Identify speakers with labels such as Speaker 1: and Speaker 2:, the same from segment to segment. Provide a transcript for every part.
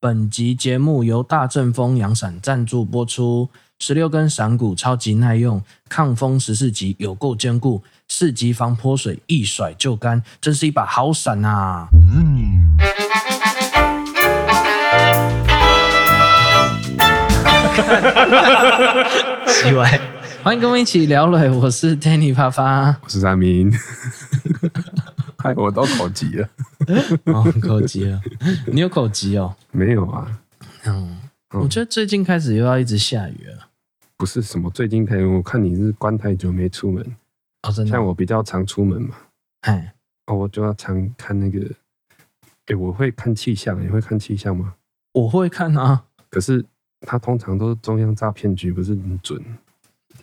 Speaker 1: 本集节目由大正风阳伞赞助播出。十六根伞骨超级耐用，抗风十四级有够坚固，四级防泼水一甩就干，真是一把好伞啊！
Speaker 2: 奇怪，
Speaker 1: 欢迎跟我一起聊磊，我是 Danny 发发。
Speaker 3: 我是三 明，害我都口急了。
Speaker 1: 哦，口急了， 你有口急哦？
Speaker 3: 没有啊，
Speaker 1: 嗯，
Speaker 3: 嗯
Speaker 1: 我觉得最近开始又要一直下雨了。
Speaker 3: 不是什么最近可以，我看你是关太久没出门，
Speaker 1: 哦，真的
Speaker 3: 像，我比较常出门嘛，
Speaker 1: 哎，
Speaker 3: 哦，我就要常看那个，哎，我会看气象，你会看气象吗？
Speaker 1: 我会看啊。
Speaker 3: 可是它通常都是中央诈骗局，不是很准。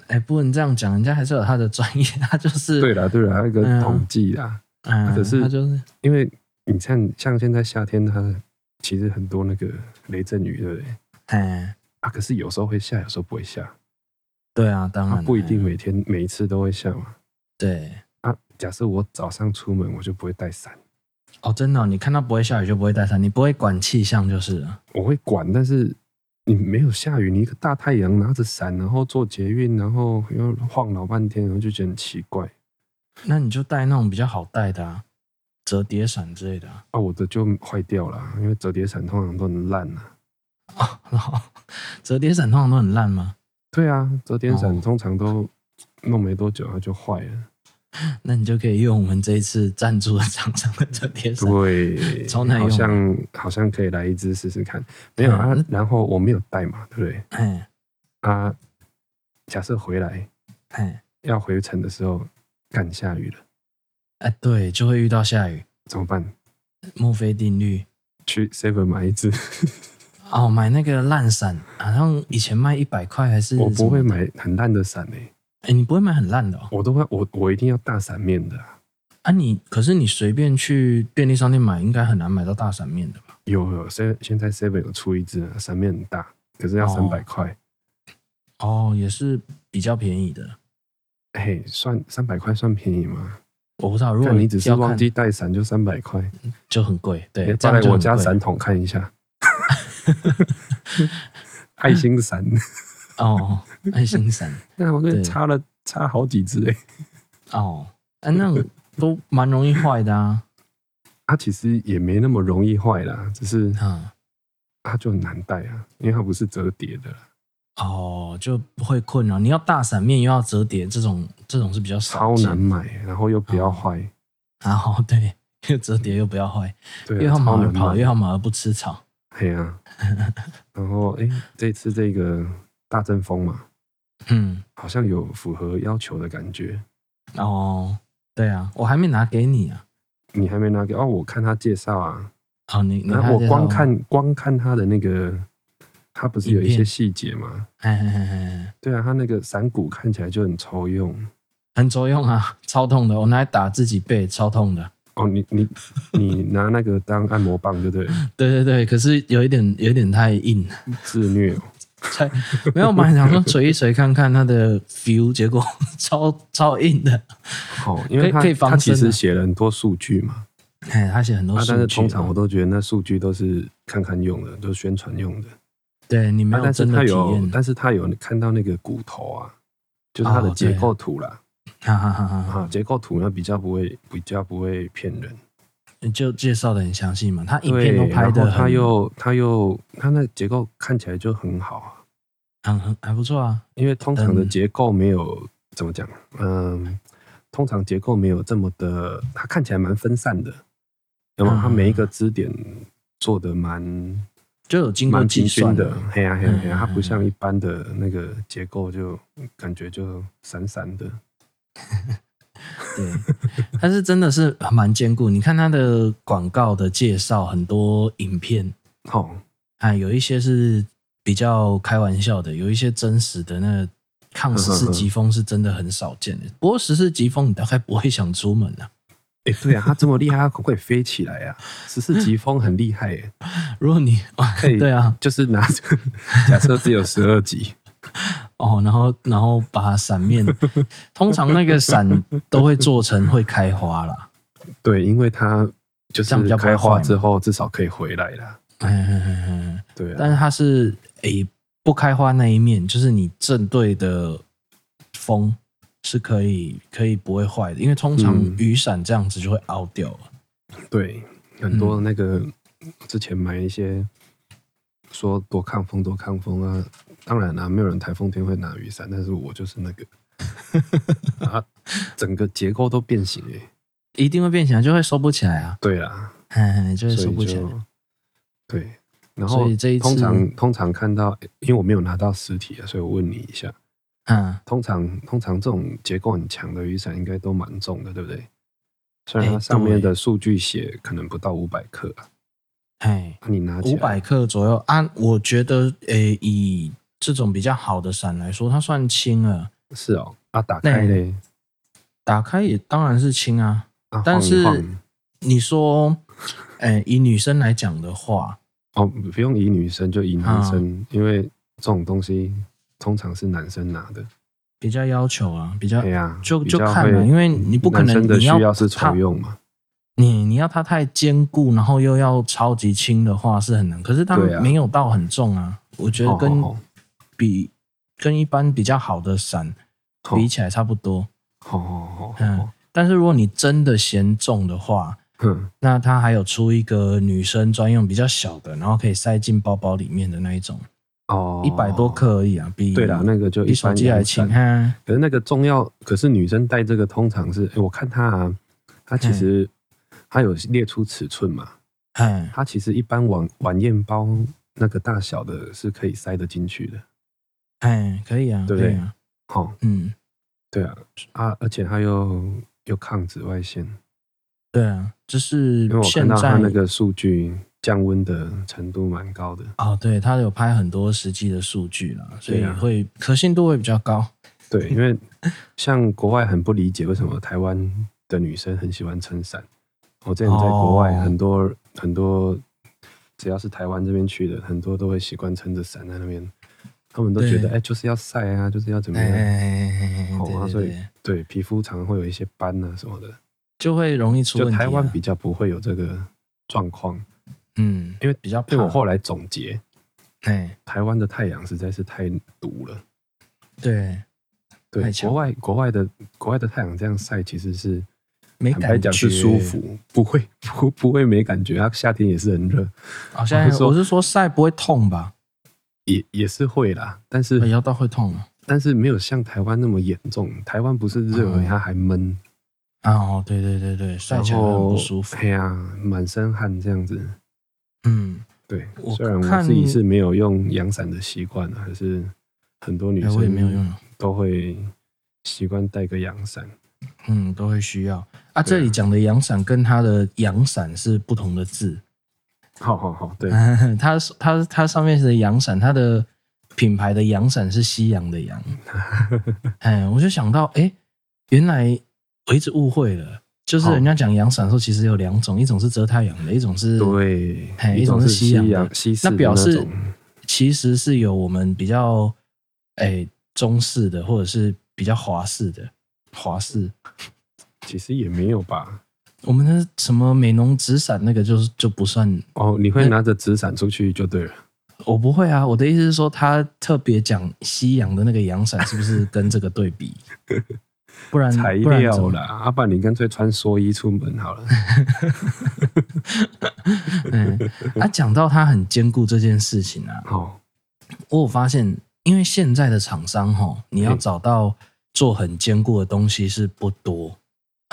Speaker 1: 哎，不能这样讲，人家还是有他的专业， 他就是
Speaker 3: 对啦，对啦，那
Speaker 1: 嗯
Speaker 3: 个统计啦，
Speaker 1: 嗯，
Speaker 3: 可是
Speaker 1: 他就是
Speaker 3: 因为你看，像现在夏天，它其实很多那个雷阵雨，对不对？
Speaker 1: 哎，
Speaker 3: 啊，可是有时候会下，有时候不会下，
Speaker 1: 对啊，当
Speaker 3: 它
Speaker 1: 然
Speaker 3: 不一
Speaker 1: 哎
Speaker 3: 定每天每一次都会下嘛。
Speaker 1: 对。
Speaker 3: 啊，假设我早上出门，我就不会带伞，
Speaker 1: 哦，真的哦、你看到不会下雨就不会带伞，你不会管气象就是了。
Speaker 3: 我会管，但是你没有下雨，你一个大太阳拿着伞，然后坐捷运，然后又晃老半天，然后就觉得很奇怪
Speaker 1: 那你就带那种比较好带的啊，折叠伞之类的、啊。
Speaker 3: 啊，我的就坏掉了，啊因为折叠伞通常都很烂啊。
Speaker 1: 哦，然后折叠伞通常都很烂吗？
Speaker 3: 对啊，折叠伞
Speaker 1: 哦
Speaker 3: 通常都弄没多久它就坏了。
Speaker 1: 那你就可以用我们这一次赞助的厂商的折叠伞。
Speaker 3: 对，
Speaker 1: 啊超耐用
Speaker 3: 好
Speaker 1: 的
Speaker 3: 像好像可以来一支试试看。没有啊
Speaker 1: 嗯，
Speaker 3: 然后我没有带嘛，对不对？
Speaker 1: 哎
Speaker 3: 啊，假设回来
Speaker 1: 哎
Speaker 3: 要回程的时候，干下雨了，
Speaker 1: 哎，对，就会遇到下雨，
Speaker 3: 怎么办？
Speaker 1: 墨菲定律。
Speaker 3: 去 Seven 买一支，
Speaker 1: 哦，买那个烂伞，好像以前卖一百块还是
Speaker 3: 我
Speaker 1: 什
Speaker 3: 不
Speaker 1: 么
Speaker 3: 会
Speaker 1: 的。
Speaker 3: 买很烂的伞诶、
Speaker 1: 哎，你不会买很烂的哦。
Speaker 3: 我都会我我一定要大伞面的啊、
Speaker 1: 啊你，可是你随便去便利商店买，应该很难买到大伞面的吧？
Speaker 3: 有有现现在 Seven 有出一支啊伞面很大，可是要
Speaker 1: 哦
Speaker 3: 三百块，
Speaker 1: 哦，也是比较便宜的。
Speaker 3: 嘿，算三百块算便宜吗？
Speaker 1: 我不知道，如果
Speaker 3: 但你只是
Speaker 1: 要
Speaker 3: 忘
Speaker 1: 看
Speaker 3: 记带伞就三百块，
Speaker 1: 就很贵，对，
Speaker 3: 你
Speaker 1: 这
Speaker 3: 再
Speaker 1: 样
Speaker 3: 来
Speaker 1: 就
Speaker 3: 我
Speaker 1: 很
Speaker 3: 家
Speaker 1: 贵
Speaker 3: 伞桶看一下， 爱心伞，
Speaker 1: 哦，爱心伞
Speaker 3: 那我
Speaker 1: 对
Speaker 3: 跟插了插好几支诶、欸
Speaker 1: 哦，啊，那种都蛮容易坏的啊，
Speaker 3: 它其实也没那么容易坏啦，只是
Speaker 1: 嗯，
Speaker 3: 它就很难带啊，因为它不是折叠的啦，
Speaker 1: 哦，就不会困扰。你要大伞面又要折叠，这种这种是比较少
Speaker 3: 超
Speaker 1: 见
Speaker 3: 难买，然后又不要坏。
Speaker 1: 然后对，又折叠又不要坏，
Speaker 3: 对啊，
Speaker 1: 又要马
Speaker 3: 超
Speaker 1: 儿
Speaker 3: 难
Speaker 1: 跑，
Speaker 3: 买
Speaker 1: 又 要马儿不吃草。
Speaker 3: 嘿啊，然后哎、诶这次这个大阵风嘛，
Speaker 1: 嗯，
Speaker 3: 好像有符合要求的感觉。
Speaker 1: 哦，对啊，我还没拿给你啊。
Speaker 3: 你还没拿给哦？我看他介绍啊，
Speaker 1: 哦，你你
Speaker 3: 那
Speaker 1: 还
Speaker 3: 我
Speaker 1: 在
Speaker 3: 光
Speaker 1: 说吗，
Speaker 3: 看光看他的那个，他不是有一
Speaker 1: 影
Speaker 3: 些
Speaker 1: 片
Speaker 3: 细节吗？
Speaker 1: 哎哎哎哎，
Speaker 3: 对啊，他那个伞骨看起来就很抽用
Speaker 1: 很作用啊，超痛的，我拿来打自己背，超痛的。
Speaker 3: 哦。你你 你拿那个当按摩棒，对不对？
Speaker 1: 对对对，可是有一点有一点太硬了。
Speaker 3: 自虐哦，
Speaker 1: 才 没有，我本来想说捶一捶看看它的 feel，结果 超超硬的。
Speaker 3: 哦因为
Speaker 1: 可以
Speaker 3: 他
Speaker 1: 可以防
Speaker 3: 他其
Speaker 1: 身
Speaker 3: 实
Speaker 1: 啊
Speaker 3: 写了很多数据嘛，
Speaker 1: 哎，他写很多
Speaker 3: 啊
Speaker 1: 数据、哦
Speaker 3: 但是通常我都觉得那数据都是看看用的，都是宣传用的。
Speaker 1: 对你没
Speaker 3: 啊，
Speaker 1: 有
Speaker 3: 但是
Speaker 1: 真
Speaker 3: 他
Speaker 1: 的体
Speaker 3: 有
Speaker 1: 验，，嗯
Speaker 3: 但是他有看到那个骨头啊，就是它的
Speaker 1: 哦
Speaker 3: 结
Speaker 1: 对哦
Speaker 3: 构图啦，
Speaker 1: 哈哈哈哈哈。
Speaker 3: 啊，结构图呢比较不会比较不会骗人，
Speaker 1: 你就介绍的很详细嘛，他影
Speaker 3: 对，
Speaker 1: 片都拍的
Speaker 3: 然后他
Speaker 1: 很
Speaker 3: 又他又他那结构看起来就很好啊，
Speaker 1: 很很还不错啊。
Speaker 3: 因为通常的
Speaker 1: 嗯
Speaker 3: 结构没有怎么讲，嗯，通常结构没有这么的，它看起来蛮分散的，那么它
Speaker 1: 嗯
Speaker 3: 每一个支点做的蛮
Speaker 1: 就有经过
Speaker 3: 蛮
Speaker 1: 计
Speaker 3: 平均
Speaker 1: 算
Speaker 3: 的，嘿呀嘿呀嘿呀，它
Speaker 1: 嗯嗯
Speaker 3: 不像一般的那个结构就感觉就散散的。
Speaker 1: 对， 但是真的是蛮坚固。你看他的广告的介绍，很多影片
Speaker 3: 好，
Speaker 1: 啊，有一些是比较开玩笑的，有一些真实的那个抗十四级风是真的很少见的。不过十四级风你大概不会想出门啊。
Speaker 3: 哎、对啊，它这么厉害，它可不可以飞起来啊？十四级风很厉害耶，
Speaker 1: 如果你
Speaker 3: 可 以
Speaker 1: 对啊，
Speaker 3: 就是拿着假设只有十二级，
Speaker 1: 哦，然后然后把伞面，通常那个伞都会做成会开花啦。
Speaker 3: 对，因为它就是
Speaker 1: 这样比较不会
Speaker 3: 开
Speaker 1: 坏
Speaker 3: 花
Speaker 1: 嘛
Speaker 3: 之后至少可以回来啦。
Speaker 1: 嗯嗯嗯嗯，
Speaker 3: 对啊，
Speaker 1: 但是它是诶、不开花那一面，就是你正对的风是可以可以不会坏的，因为通常
Speaker 3: 嗯
Speaker 1: 雨伞这样子就会凹掉了。
Speaker 3: 对，很
Speaker 1: 嗯
Speaker 3: 多那个、之前买一些说多抗风多抗风啊，当然啦、没有人台风天会拿雨伞，但是我就 是那个啊，整个结构都变形哎、
Speaker 1: 一定会变形，就会收不起来啊，
Speaker 3: 对啦，
Speaker 1: 嗯，就会
Speaker 3: 所
Speaker 1: 收不
Speaker 3: 以
Speaker 1: 起来。
Speaker 3: 就对。然
Speaker 1: 所
Speaker 3: 后
Speaker 1: 以这一次
Speaker 3: 通常通常看到，因为我没有拿到实体啊，所以我问你一下，
Speaker 1: 嗯，
Speaker 3: 通常通常这种结构很强的雨伞应该都蛮重的，对不对？虽然
Speaker 1: 哎
Speaker 3: 它上
Speaker 1: 对
Speaker 3: 面的数据写可能不到五百克啊，
Speaker 1: 哎，
Speaker 3: 那你拿起
Speaker 1: 五
Speaker 3: 来
Speaker 1: 百克左右啊，我觉得诶、以这种比较好的伞来说，它算轻了。
Speaker 3: 是哦，啊，打开嘞，
Speaker 1: 打开也当然是轻啊，
Speaker 3: 啊，
Speaker 1: 但是
Speaker 3: 晃一晃
Speaker 1: 你说，诶、以女生来讲的话，
Speaker 3: 哦，不用以女生就以男生，因为这种东西通常是男生拿的，
Speaker 1: 比较要求啊，比较
Speaker 3: 对呀，
Speaker 1: 就
Speaker 3: 比
Speaker 1: 就
Speaker 3: 较
Speaker 1: 看嘛，
Speaker 3: 会
Speaker 1: 因为你不可
Speaker 3: 男
Speaker 1: 能
Speaker 3: 生的
Speaker 1: 你
Speaker 3: 需
Speaker 1: 要
Speaker 3: 要是
Speaker 1: 它
Speaker 3: 常用嘛，
Speaker 1: 你你要它太坚固，然后又要超级轻的话是很难。可是它
Speaker 3: 对啊
Speaker 1: 没有到很重啊，我觉得
Speaker 3: 哦
Speaker 1: 跟
Speaker 3: 哦
Speaker 1: 比跟一般比较好的伞
Speaker 3: 哦
Speaker 1: 比起来差不多。
Speaker 3: 哦哦哦
Speaker 1: 嗯，但是如果你真的嫌重的话，
Speaker 3: 哼，
Speaker 1: 那它还有出一个女生专用比较小的，然后可以塞进包包里面的那一种，
Speaker 3: 哦，
Speaker 1: 一百多，克而已啊，比
Speaker 3: 对啦，那个就
Speaker 1: 比
Speaker 3: 一
Speaker 1: 手
Speaker 3: 般
Speaker 1: 机还
Speaker 3: 阳
Speaker 1: 轻啊
Speaker 3: 伞。
Speaker 1: 哈。
Speaker 3: 可是那个重要，可是女生戴这个通常是，诶我看她啊，她其实她有列出尺寸嘛，
Speaker 1: 嗯，
Speaker 3: 它其实一般晚晚宴包那个大小的是可以塞得进去的，
Speaker 1: 哎，可以啊，
Speaker 3: 对不
Speaker 1: 可以
Speaker 3: 对
Speaker 1: 啊，
Speaker 3: 好、
Speaker 1: 嗯，
Speaker 3: 对啊，啊，而且它又又抗紫外线，
Speaker 1: 对啊，就是
Speaker 3: 因为我看
Speaker 1: 现
Speaker 3: 到
Speaker 1: 在
Speaker 3: 它那个数据降温的程度蛮高的。
Speaker 1: 哦，对，他有拍很多实际的数据啦，所以
Speaker 3: 对啊
Speaker 1: 会、可信度会比较高。
Speaker 3: 对，因为像国外很不理解为什么台湾的女生很喜欢撑伞。我之前在国外
Speaker 1: 哦
Speaker 3: 很多、很多，只要是台湾这边去的，很多都会习惯撑着伞在那边，他们都觉
Speaker 1: 对
Speaker 3: 得哎、就是要晒啊，就是要怎么
Speaker 1: 哎
Speaker 3: 样，
Speaker 1: 哎，哎
Speaker 3: 哦啊
Speaker 1: 对
Speaker 3: 所
Speaker 1: 对
Speaker 3: 以
Speaker 1: 对，
Speaker 3: 对皮肤常常会有一些斑啊什么的。
Speaker 1: 就会容易出
Speaker 3: 就
Speaker 1: 问题啊、
Speaker 3: 台湾比较不会有这个状况，
Speaker 1: 嗯，
Speaker 3: 因为
Speaker 1: 比较怕
Speaker 3: 对我后来总结，
Speaker 1: 哎，
Speaker 3: 台湾的太阳实在是太毒了。
Speaker 1: 对，太
Speaker 3: 对，
Speaker 1: 强
Speaker 3: 国外国外的国外的太阳这样晒，其实是
Speaker 1: 没
Speaker 3: 坦白
Speaker 1: 感觉
Speaker 3: 讲是舒服，不会 不不会没感觉。它夏天也是很热，
Speaker 1: 好像
Speaker 3: 我是说
Speaker 1: 我是说晒不会痛吧？
Speaker 3: 也也是会啦，但
Speaker 1: 我
Speaker 3: 是
Speaker 1: 腰到会痛啊。
Speaker 3: 但是没有像台湾那么严重。台湾不是热而
Speaker 1: 嗯
Speaker 3: 已，它还闷，
Speaker 1: 啊哦，对对对对，晒
Speaker 3: 然
Speaker 1: 起来会很
Speaker 3: 后
Speaker 1: 不舒服。
Speaker 3: 哎呀，满身汗这样子。
Speaker 1: 嗯，
Speaker 3: 对
Speaker 1: 我，
Speaker 3: 虽然我
Speaker 1: 看
Speaker 3: 自己是没有用阳伞的习惯啊，可是很多女
Speaker 1: 哎，我也
Speaker 3: 生
Speaker 1: 没有用，
Speaker 3: 都会习惯带个阳伞。
Speaker 1: 嗯，都会需要啊。这里讲的阳伞跟它的阳伞是不同的字，
Speaker 3: 好好好，对，
Speaker 1: 哎它是它它上面是阳伞，它的品牌的阳伞是西洋的 洋。哎，我就想到，哎，原来我一直误会了，就是
Speaker 3: 好
Speaker 1: 人家讲阳伞的时候，其实有两种，一种是遮太阳的，一种是
Speaker 3: 对
Speaker 1: 哎，
Speaker 3: 一
Speaker 1: 一种
Speaker 3: 是
Speaker 1: 是西洋的
Speaker 3: 洋西式
Speaker 1: 那
Speaker 3: 的
Speaker 1: 表示
Speaker 3: 种
Speaker 1: 其实是有我们比较哎中式的，或者是比较华式的华式。
Speaker 3: 其实也没有吧。
Speaker 1: 我们的什么美浓纸伞那个就是就不算，
Speaker 3: 哦，你会拿着纸伞出去就对了。
Speaker 1: 我不会啊。我的意思是说，他特别讲西洋的那个阳伞是不是跟这个对 比？不然
Speaker 3: 材
Speaker 1: 嗯不然怎
Speaker 3: 料
Speaker 1: 么
Speaker 3: 啦，阿爸，你干脆穿蓑衣出 门好了。
Speaker 1: 嗯，啊，讲到它很坚固这件事情啊，
Speaker 3: 好，
Speaker 1: 我有发现，因为现在的厂商哈，你要
Speaker 3: 嗯
Speaker 1: 找到做很坚固的东西是不多，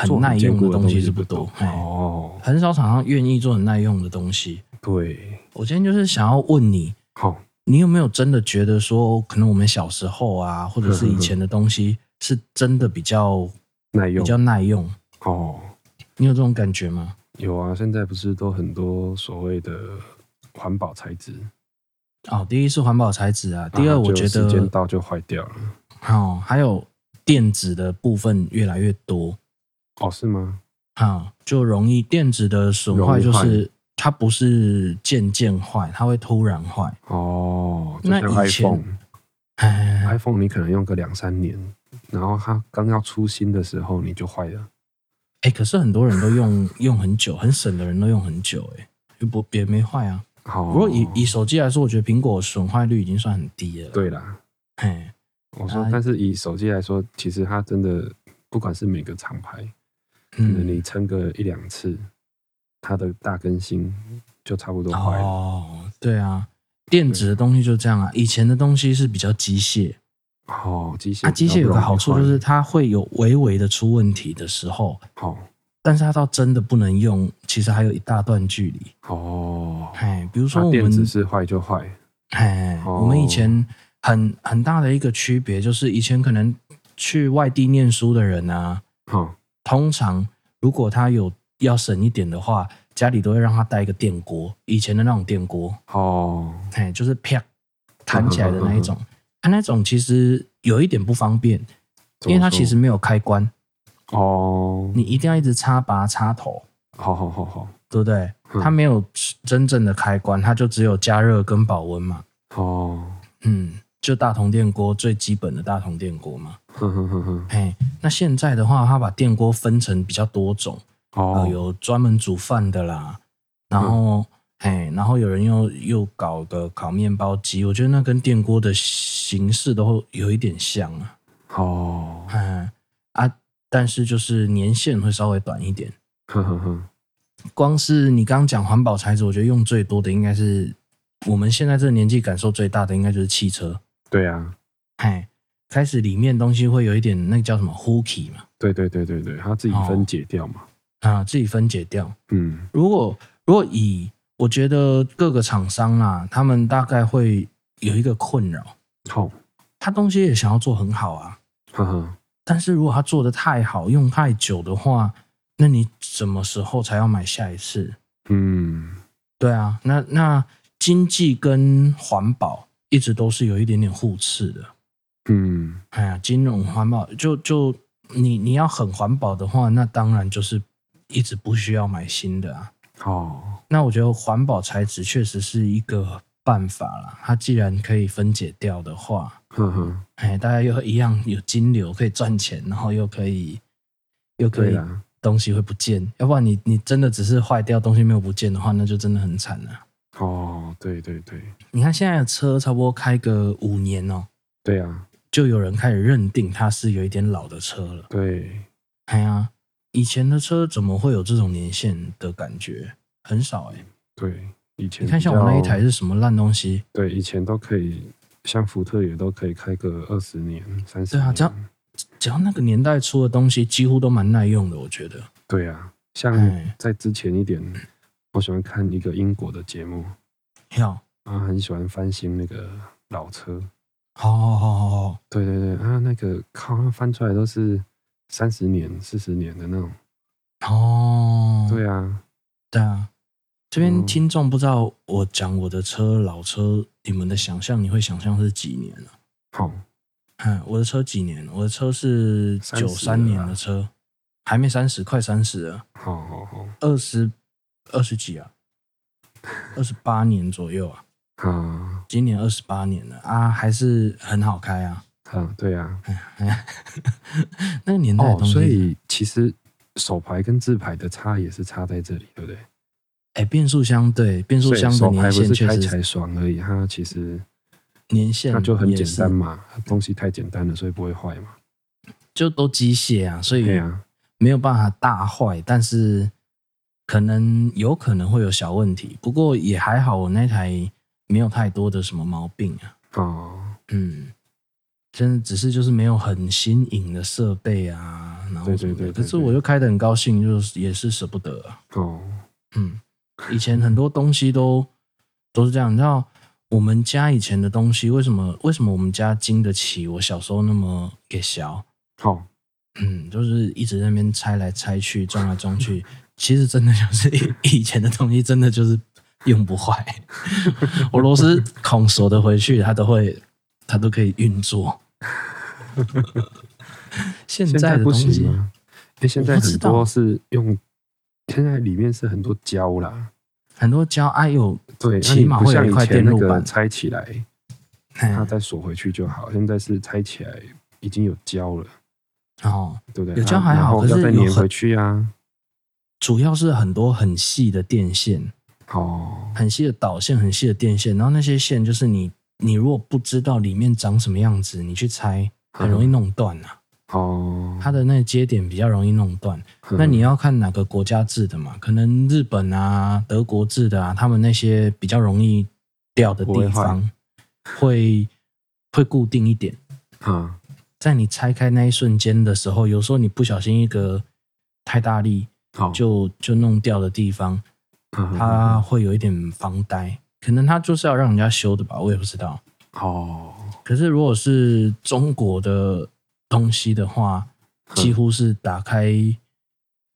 Speaker 3: 做
Speaker 1: 很耐用
Speaker 3: 坚固的
Speaker 1: 东西是
Speaker 3: 不
Speaker 1: 多，哎嘿
Speaker 3: 哦，
Speaker 1: 很少厂商愿意做很耐用的东西。
Speaker 3: 对，
Speaker 1: 我今天就是想要问你，
Speaker 3: 好，
Speaker 1: 你有没有真的觉得说，可能我们小时候啊，或者是
Speaker 3: 嗯嗯嗯
Speaker 1: 以前的东西，是真的比 较
Speaker 3: 耐
Speaker 1: 比
Speaker 3: 用
Speaker 1: 较耐用？
Speaker 3: 哦。
Speaker 1: 你有这种感觉吗？
Speaker 3: 有啊，现在不是都很多所谓的环保材质？
Speaker 1: 哦，第一是环保材质啊，第二
Speaker 3: 啊
Speaker 1: 我
Speaker 3: 就
Speaker 1: 觉
Speaker 3: 时间
Speaker 1: 得
Speaker 3: 到就坏掉了。
Speaker 1: 哦，还有电子的部分越来越多
Speaker 3: 哦，是吗？
Speaker 1: 啊，就容易电子的损坏
Speaker 3: 容易
Speaker 1: 就
Speaker 3: 坏
Speaker 1: 是它不是渐渐坏，它会突然坏。
Speaker 3: 哦，就
Speaker 1: 那
Speaker 3: 像
Speaker 1: 以前
Speaker 3: iPhone。
Speaker 1: 哎，
Speaker 3: iPhone 你可能用个两三年，然后它刚要出新的时候你就坏了。
Speaker 1: 哎、可是很多人都用用很久，很省的人都用很久、欸，哎，又不也没坏啊。
Speaker 3: 好，
Speaker 1: 不过以以手机来说，我觉得苹果损坏率已经算很低了。，
Speaker 3: 哦对啦，
Speaker 1: 嘿，
Speaker 3: 我说
Speaker 1: 啊，
Speaker 3: 但是以手机来说，其实它真的不管是每个厂牌，可
Speaker 1: 嗯，
Speaker 3: 能你撑个一两次，它的大更新就差不多坏了。
Speaker 1: 哦，对啊，电子的东西就这样啊，以前的东西是比较机械，
Speaker 3: 哦，机械
Speaker 1: 啊，机械有个好处就是
Speaker 3: 比
Speaker 1: 它会有微微的出问题的时候，
Speaker 3: 较不容易坏
Speaker 1: 但是它到真的不能用，其实还有一大段距离。
Speaker 3: 好哦，
Speaker 1: 哎，比如说
Speaker 3: 那
Speaker 1: 我
Speaker 3: 电子
Speaker 1: 们，
Speaker 3: 是坏就坏，
Speaker 1: 哎，
Speaker 3: 哦
Speaker 1: 我们以前很很大的一个区别就是，以前可能去外地念书的人啊，
Speaker 3: 哈，
Speaker 1: 通常如果他有要省一点的话，家里都会让他带一个电锅，以前的那种电锅，
Speaker 3: 哦，
Speaker 1: 哎，就是啪弹起来的那一
Speaker 3: 嗯
Speaker 1: 种。它那种其实有一点不方便，
Speaker 3: 怎
Speaker 1: 因为
Speaker 3: 么
Speaker 1: 它
Speaker 3: 说
Speaker 1: 其实没有开关，
Speaker 3: 哦，
Speaker 1: 你一定要一直插拔插头。
Speaker 3: 好好好好
Speaker 1: 对不对？
Speaker 3: 嗯
Speaker 1: 它没有真正的开关，它就只有加热跟保温嘛。
Speaker 3: 哦，
Speaker 1: 嗯，就大同电锅最基本的大同电锅嘛。
Speaker 3: 哼哼哼哼，
Speaker 1: 嘿，那现在的话，它把电锅分成比较多种，呃，
Speaker 3: 哦，
Speaker 1: 有专门煮饭的啦，然后、嘿，然后有人又又搞个烤面包机，我觉得那跟电锅的形式都有一点像啊。
Speaker 3: 哦，
Speaker 1: 嗯啊，但是就是年限会稍微短一点。
Speaker 3: 哼哼哼，
Speaker 1: 光是你刚刚讲环保材质，我觉得用最多的应该是我们现在这个年纪感受最大的，应该就是汽车。
Speaker 3: 对啊，
Speaker 1: 哎，开始里面东西会有一点那个叫什么 hooky 嘛，
Speaker 3: 对对对对对，它自
Speaker 1: 哦
Speaker 3: 己分解掉嘛，
Speaker 1: 啊，自己分解掉。
Speaker 3: 嗯，
Speaker 1: 如果如果以我觉得各个厂商啊，他们大概会有一个困扰，
Speaker 3: 好，
Speaker 1: 他东西也想要做很好啊，
Speaker 3: 哈哈，
Speaker 1: 但是如果他做的太好，用太久的话，那你什么时候才要买下一次？
Speaker 3: 嗯，
Speaker 1: 对啊，那那经济跟环保一直都是有一点点互斥的。
Speaker 3: 嗯，
Speaker 1: 哎呀，金融环保就就你你要很环保的话，那当然就是一直不需要买新的啊。
Speaker 3: 哦，
Speaker 1: 那我觉得环保材质确实是一个办法啦。它既然可以分解掉的话，
Speaker 3: 哼哼，
Speaker 1: 哎，大家又一样有金流可以赚钱，然后又可以又可
Speaker 3: 对
Speaker 1: 以
Speaker 3: 啦，
Speaker 1: 东西会不见，要不然你你真的只是坏掉东西没有不见的话，那就真的很惨了、
Speaker 3: 哦，对对对，
Speaker 1: 你看现在的车差不多开个五年哦，
Speaker 3: 对啊，
Speaker 1: 就有人开始认定它是有一点老的车了。
Speaker 3: 对，
Speaker 1: 哎呀，以前的车怎么会有这种年限的感觉？很少哎、
Speaker 3: 对，以前
Speaker 1: 你看像
Speaker 3: 比
Speaker 1: 我那一
Speaker 3: 较
Speaker 1: 台是什么烂东西？
Speaker 3: 对，以前都可以，像福特也都可以开个二十年、三十
Speaker 1: 对
Speaker 3: 年。
Speaker 1: 啊这样只要那个年代出的东西，几乎都蛮耐用的，我觉得。
Speaker 3: 对啊，像
Speaker 1: 哎
Speaker 3: 在之前一点，我喜欢看一个英国的节目，
Speaker 1: 要，
Speaker 3: 啊，很喜欢翻新那个老车。
Speaker 1: 好好好好好，
Speaker 3: 对对对，啊，那个靠，它翻出来都是三十年、四十年的那种。
Speaker 1: 哦，
Speaker 3: 对啊，
Speaker 1: 对啊。这边
Speaker 3: 嗯
Speaker 1: 听众不知道我讲我的车老车，你们的想象你会想象是几年呢、
Speaker 3: 好，
Speaker 1: 嗯，我的车几年？我的车是
Speaker 3: 30
Speaker 1: 九三年
Speaker 3: 了
Speaker 1: 的
Speaker 3: 啊
Speaker 1: 车，还没三十，快三十了，
Speaker 3: 好，好，好，
Speaker 1: 二十二十几啊，二十八年左右啊，
Speaker 3: 啊，
Speaker 1: 今年二十八年了啊，还是很好开啊。
Speaker 3: 啊，对啊。
Speaker 1: 那个年代的
Speaker 3: 哦，
Speaker 1: 东西，
Speaker 3: 所以其实手牌跟自牌的差也是差在这里，对不对？
Speaker 1: 哎、变速箱对变速
Speaker 3: 所以
Speaker 1: 箱的
Speaker 3: 手牌
Speaker 1: 年
Speaker 3: 不
Speaker 1: 限
Speaker 3: 是
Speaker 1: 确
Speaker 3: 开起
Speaker 1: 实
Speaker 3: 来爽而已，它其实
Speaker 1: 年限
Speaker 3: 那就很
Speaker 1: 也
Speaker 3: 简
Speaker 1: 是
Speaker 3: 单，嘛，东西太简单了，所以不会坏嘛。
Speaker 1: 就都机械啊，所以
Speaker 3: 对啊，
Speaker 1: 没有办法大坏，但是可能有可能会有小问题，不过也还好，我那台没有太多的什么毛病啊。
Speaker 3: 哦，
Speaker 1: 嗯，真的只是就是没有很新颖的设备啊，然后
Speaker 3: 对
Speaker 1: 什么的
Speaker 3: 对对对对
Speaker 1: 可是我又开得很高兴，就是也是舍不得啊、
Speaker 3: 哦，
Speaker 1: 嗯，以前很多东西都都是这样，你知道我们家以前的东西为什么为什么我们家经得起我小时候那么给小？
Speaker 3: 好、
Speaker 1: 嗯，就是一直在那边拆来拆去，装来装去，其实真的就是 以以前的东西，真的就是用不坏。 我螺丝孔锁的回去，它都会，它都可以运作。现
Speaker 3: 现
Speaker 1: 在
Speaker 3: 在
Speaker 1: 的
Speaker 3: 不
Speaker 1: 东西
Speaker 3: 行吗？因为现在
Speaker 1: 我不知
Speaker 3: 很
Speaker 1: 道
Speaker 3: 多是用，现在里面是很多胶啦，
Speaker 1: 很多胶，哎呦，
Speaker 3: 对，那
Speaker 1: 起
Speaker 3: 你
Speaker 1: 码
Speaker 3: 不
Speaker 1: 会有
Speaker 3: 像
Speaker 1: 一
Speaker 3: 以
Speaker 1: 块
Speaker 3: 前
Speaker 1: 电
Speaker 3: 那
Speaker 1: 路
Speaker 3: 个
Speaker 1: 板嗯
Speaker 3: 拆起来，
Speaker 1: 嘿
Speaker 3: 它再锁回去就好。现在是拆起来已经有胶了，
Speaker 1: 哦，
Speaker 3: 对不对？
Speaker 1: 有胶
Speaker 3: 啊
Speaker 1: 还好
Speaker 3: 然后
Speaker 1: 可是
Speaker 3: 要再
Speaker 1: 有
Speaker 3: 粘
Speaker 1: 很
Speaker 3: 回去啊。
Speaker 1: 主要是很多很细的电线，
Speaker 3: 哦，
Speaker 1: 很细的导线、很细的电线，然后那些线就是你你如果不知道里面长什么样子，你去拆很容易弄断啊。
Speaker 3: 哦，
Speaker 1: 它的那个接点比较容易弄断。
Speaker 3: 嗯
Speaker 1: 那你要看哪个国家制的嘛？可能日本啊、德国制的啊，他们那些比较容易掉的
Speaker 3: 不会
Speaker 1: 地方会会固定一点。
Speaker 3: 啊，
Speaker 1: 在你拆开那一瞬间的时候，有时候你不小心一个太大力
Speaker 3: 好，
Speaker 1: 就就弄掉的地方，
Speaker 3: 他
Speaker 1: 它会有一点防呆，可能它就是要让人家修的吧，我也不知道。
Speaker 3: 哦，
Speaker 1: 可是如果是中国的东西的话，
Speaker 3: 嗯
Speaker 1: 几乎是打开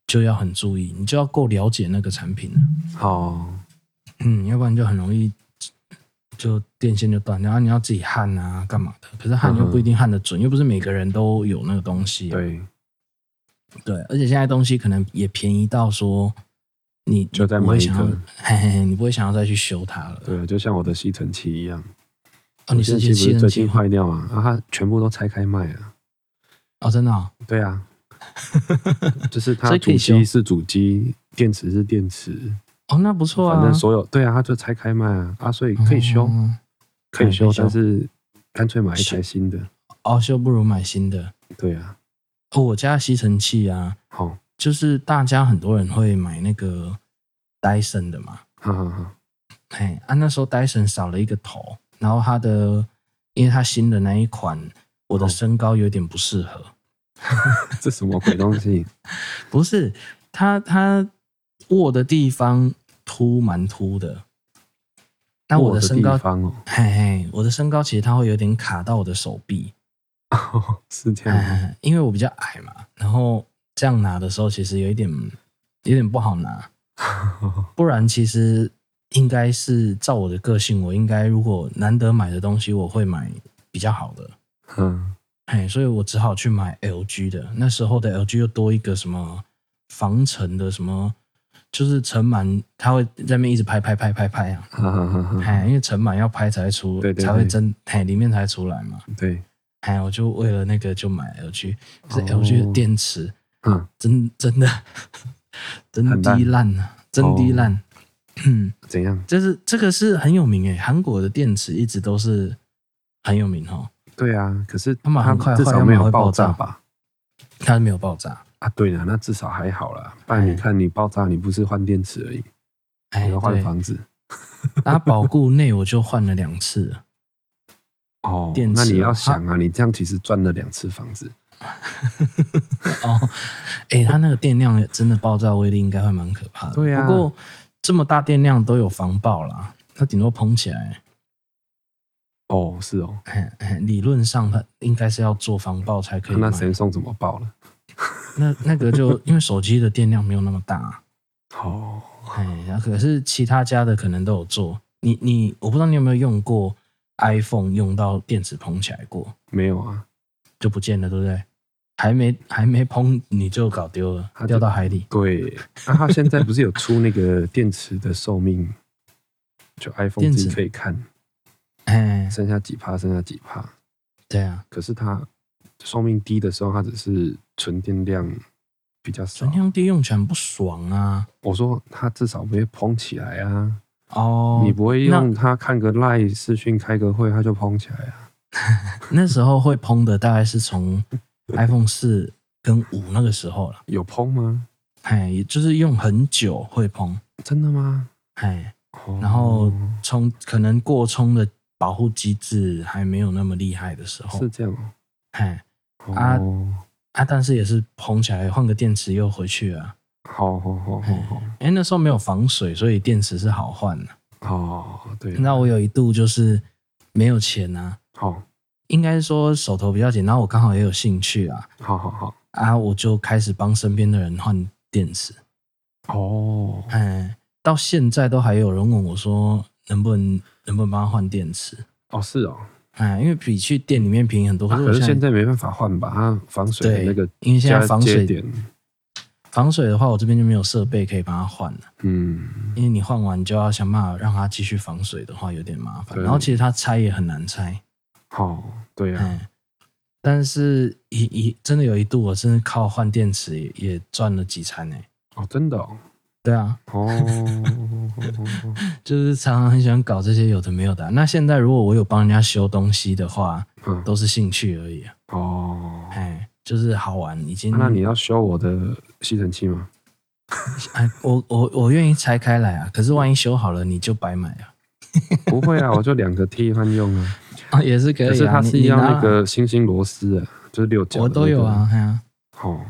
Speaker 1: 就要很注意，你就要够了解那个产品了，
Speaker 3: 好，
Speaker 1: 嗯，要不然就很容易就电线就断掉，然后你要自己焊啊，干嘛的？可是焊又不一定焊得准，又不是每个人都有那个东西、
Speaker 3: 嗯
Speaker 1: 啊
Speaker 3: 对，
Speaker 1: 对，而且现在东西可能也便宜到说你
Speaker 3: 就再
Speaker 1: 你不会
Speaker 3: 买一
Speaker 1: 想要
Speaker 3: 个，
Speaker 1: 嘿嘿嘿，你不会想要再去修它了。
Speaker 3: 对，就像我的吸尘器一样，
Speaker 1: 嗯哦，你是
Speaker 3: 吸
Speaker 1: 去
Speaker 3: 不
Speaker 1: 吸
Speaker 3: 是
Speaker 1: 尘
Speaker 3: 最
Speaker 1: 器
Speaker 3: 近坏掉嘛？啊，它全部都拆开卖了。
Speaker 1: 哦，真的、哦，
Speaker 3: 对啊， 就是它
Speaker 1: 所以可
Speaker 3: 主
Speaker 1: 以
Speaker 3: 机
Speaker 1: 修
Speaker 3: 是主机，电池是电池，
Speaker 1: 哦，那不错啊，
Speaker 3: 反正所有对啊，它就拆开卖啊，啊，所以可以修，
Speaker 1: 嗯
Speaker 3: 可以
Speaker 1: 可
Speaker 3: 修
Speaker 1: 以，修
Speaker 3: 但是干脆买一台新的。
Speaker 1: 哦，修不如买新的。
Speaker 3: 对啊，
Speaker 1: 哦，我家吸尘器啊，
Speaker 3: 好，
Speaker 1: 就是大家很多人会买那个 Dyson 的嘛，
Speaker 3: 哈哈 哈，
Speaker 1: 嘿，啊，那时候 Dyson 少了一个头，然后它的，因为它新的那一款，我的身高有点不适合，
Speaker 3: 这什么鬼东西？
Speaker 1: 不是，它它握的地方凸蛮凸的，但我
Speaker 3: 握
Speaker 1: 的身
Speaker 3: 地
Speaker 1: 高，
Speaker 3: 方哦
Speaker 1: 嘿嘿，我的身高其实它会有点卡到我的手臂，
Speaker 3: 哦，是这样吗，
Speaker 1: 哎，因为我比较矮嘛，然后这样拿的时候，其实有一点有点不好拿。不然其实应该是照我的个性，我应该如果难得买的东西，我会买比较好的。
Speaker 3: 嗯，
Speaker 1: 哎，所以我只好去买 LG 的。那时候的 LG 又多一个什么防尘的什么，就是尘螨，它会在那边一直拍拍拍拍拍啊。
Speaker 3: 哈哈哈哈，
Speaker 1: 哎，因为尘螨要拍才会出，
Speaker 3: 嗯对对
Speaker 1: 才会
Speaker 3: 对
Speaker 1: 真，哎，里面才出来嘛。
Speaker 3: 对，
Speaker 1: 哎，我就为了那个就买 LG，可是
Speaker 3: 哦
Speaker 1: LG 的电池、
Speaker 3: 嗯，
Speaker 1: 真真的 真
Speaker 3: 很烂哦
Speaker 1: 滴烂啊，真滴烂。嗯，
Speaker 3: 怎样？
Speaker 1: 这是这个是很有名诶，韩国的电池一直都是很有名哦，
Speaker 3: 对啊，可是
Speaker 1: 它马上
Speaker 3: 它
Speaker 1: 快
Speaker 3: 至
Speaker 1: 坏
Speaker 3: 少
Speaker 1: 了马
Speaker 3: 没有
Speaker 1: 上会
Speaker 3: 爆
Speaker 1: 爆炸
Speaker 3: 吧？
Speaker 1: 它没有爆炸。
Speaker 3: 啊，对了，那至少还好啦。不然
Speaker 1: 哎
Speaker 3: 你看，你爆炸，你不是换电池而已，
Speaker 1: 哎，
Speaker 3: 你要换
Speaker 1: 对，
Speaker 3: 房子
Speaker 1: 它保固内我就换了两次 了，
Speaker 3: 哦
Speaker 1: 电。池
Speaker 3: 那
Speaker 1: 啊
Speaker 3: 你要
Speaker 1: 它
Speaker 3: 想啊，你这样其实赚了两次房子。
Speaker 1: 哦，哎，它那个电量真的爆炸威力应该会蛮可怕的。
Speaker 3: 对啊
Speaker 1: 不过这么大电量都有防爆啦，它顶多膨起来。
Speaker 3: 哦，是哦，
Speaker 1: 哎哎，理论上它应该是要做防爆才可以买。
Speaker 3: 啊那神送怎么爆了？
Speaker 1: 那那个就因为手机的电量没有那么大、
Speaker 3: 哦，
Speaker 1: 哎，然后可是其他家的可能都有做。你你，我不知道你有没有用过 iPhone 用到电池膨起来过，
Speaker 3: 没有啊，
Speaker 1: 就不见了，对不对？还没还没膨你就搞丢了
Speaker 3: 它，就
Speaker 1: 掉到海里。
Speaker 3: 对，那它现在不是有出那个电池的寿命？就 iPhone
Speaker 1: 电
Speaker 3: 自己
Speaker 1: 池
Speaker 3: 可以看，
Speaker 1: 哎，
Speaker 3: 剩下几帕，剩下几帕。
Speaker 1: 对啊，
Speaker 3: 可是它寿命低的时候，它只是存电量比较少
Speaker 1: 存。量低用起来很不爽啊。
Speaker 3: 我说它至少不会膨起来啊，
Speaker 1: 哦，
Speaker 3: 你不会
Speaker 1: 那
Speaker 3: 用它看个 Line 视讯开个会，它就膨起来啊？
Speaker 1: 那时候会膨的大概是 从 iPhone 四跟五那个时候了，
Speaker 3: 有膨吗？
Speaker 1: 哎，也就是用很久会膨，
Speaker 3: 真的吗？
Speaker 1: 哎，
Speaker 3: 哦
Speaker 1: 然后充可能过充的保护机制还没有那么厉害的时候
Speaker 3: 是，这样哦
Speaker 1: 哎
Speaker 3: 哦。
Speaker 1: 啊啊，但是也是膨起来换个电池又回去啊。
Speaker 3: 好好好好好
Speaker 1: 哎，那时候没有防水，所以电池是好换的、
Speaker 3: 好，对，
Speaker 1: 那我有一度就是没有钱啊，
Speaker 3: 好
Speaker 1: 应该说手头比较紧，然后我刚好也有兴趣啊，
Speaker 3: 好好好
Speaker 1: 啊，我就开始帮身边的人换电池。
Speaker 3: 哦，
Speaker 1: 哎，到现在都还有人问我说能不能能不能帮他换电池。
Speaker 3: 哦是哦，
Speaker 1: 哎，因为比去店里面便宜很多，
Speaker 3: 啊
Speaker 1: 可是
Speaker 3: 可
Speaker 1: 我
Speaker 3: 是
Speaker 1: 现
Speaker 3: 现
Speaker 1: 在
Speaker 3: 在没办法换吧？它防水的
Speaker 1: 对
Speaker 3: 那个
Speaker 1: 因为现在
Speaker 3: 加
Speaker 1: 防
Speaker 3: 接
Speaker 1: 水
Speaker 3: 点，
Speaker 1: 防水的话，我这边就没有设备可以帮它换了，
Speaker 3: 嗯，
Speaker 1: 因为你换完就要想办法让它继续防水的话，有点麻烦。
Speaker 3: 对
Speaker 1: 然后其实它拆也很难拆，
Speaker 3: 好，对啊，
Speaker 1: 嗯，但是一一真的有一度我真的靠换电池也也赚了几餐呢、
Speaker 3: 哦真的哦，
Speaker 1: 对啊，
Speaker 3: 哦，
Speaker 1: 就是常常很喜欢搞这些有的没有的啊、那现在如果我有帮人家修东西的话，
Speaker 3: 嗯，
Speaker 1: 都是兴趣而已、啊，
Speaker 3: 哦，
Speaker 1: 哎，就是好玩，已经。
Speaker 3: 啊那你要修我的吸尘器吗？
Speaker 1: 哎，我我我愿意拆开来啊，可是万一修好了你就白买啊，
Speaker 3: 不会啊，我就两个替换用啊。
Speaker 1: 啊也是可以啊。
Speaker 3: 可是它是
Speaker 1: 你你
Speaker 3: 要
Speaker 1: 拿
Speaker 3: 那个星星螺丝啊，就是六角。
Speaker 1: 我都有啊，。哎呀，
Speaker 3: 哦，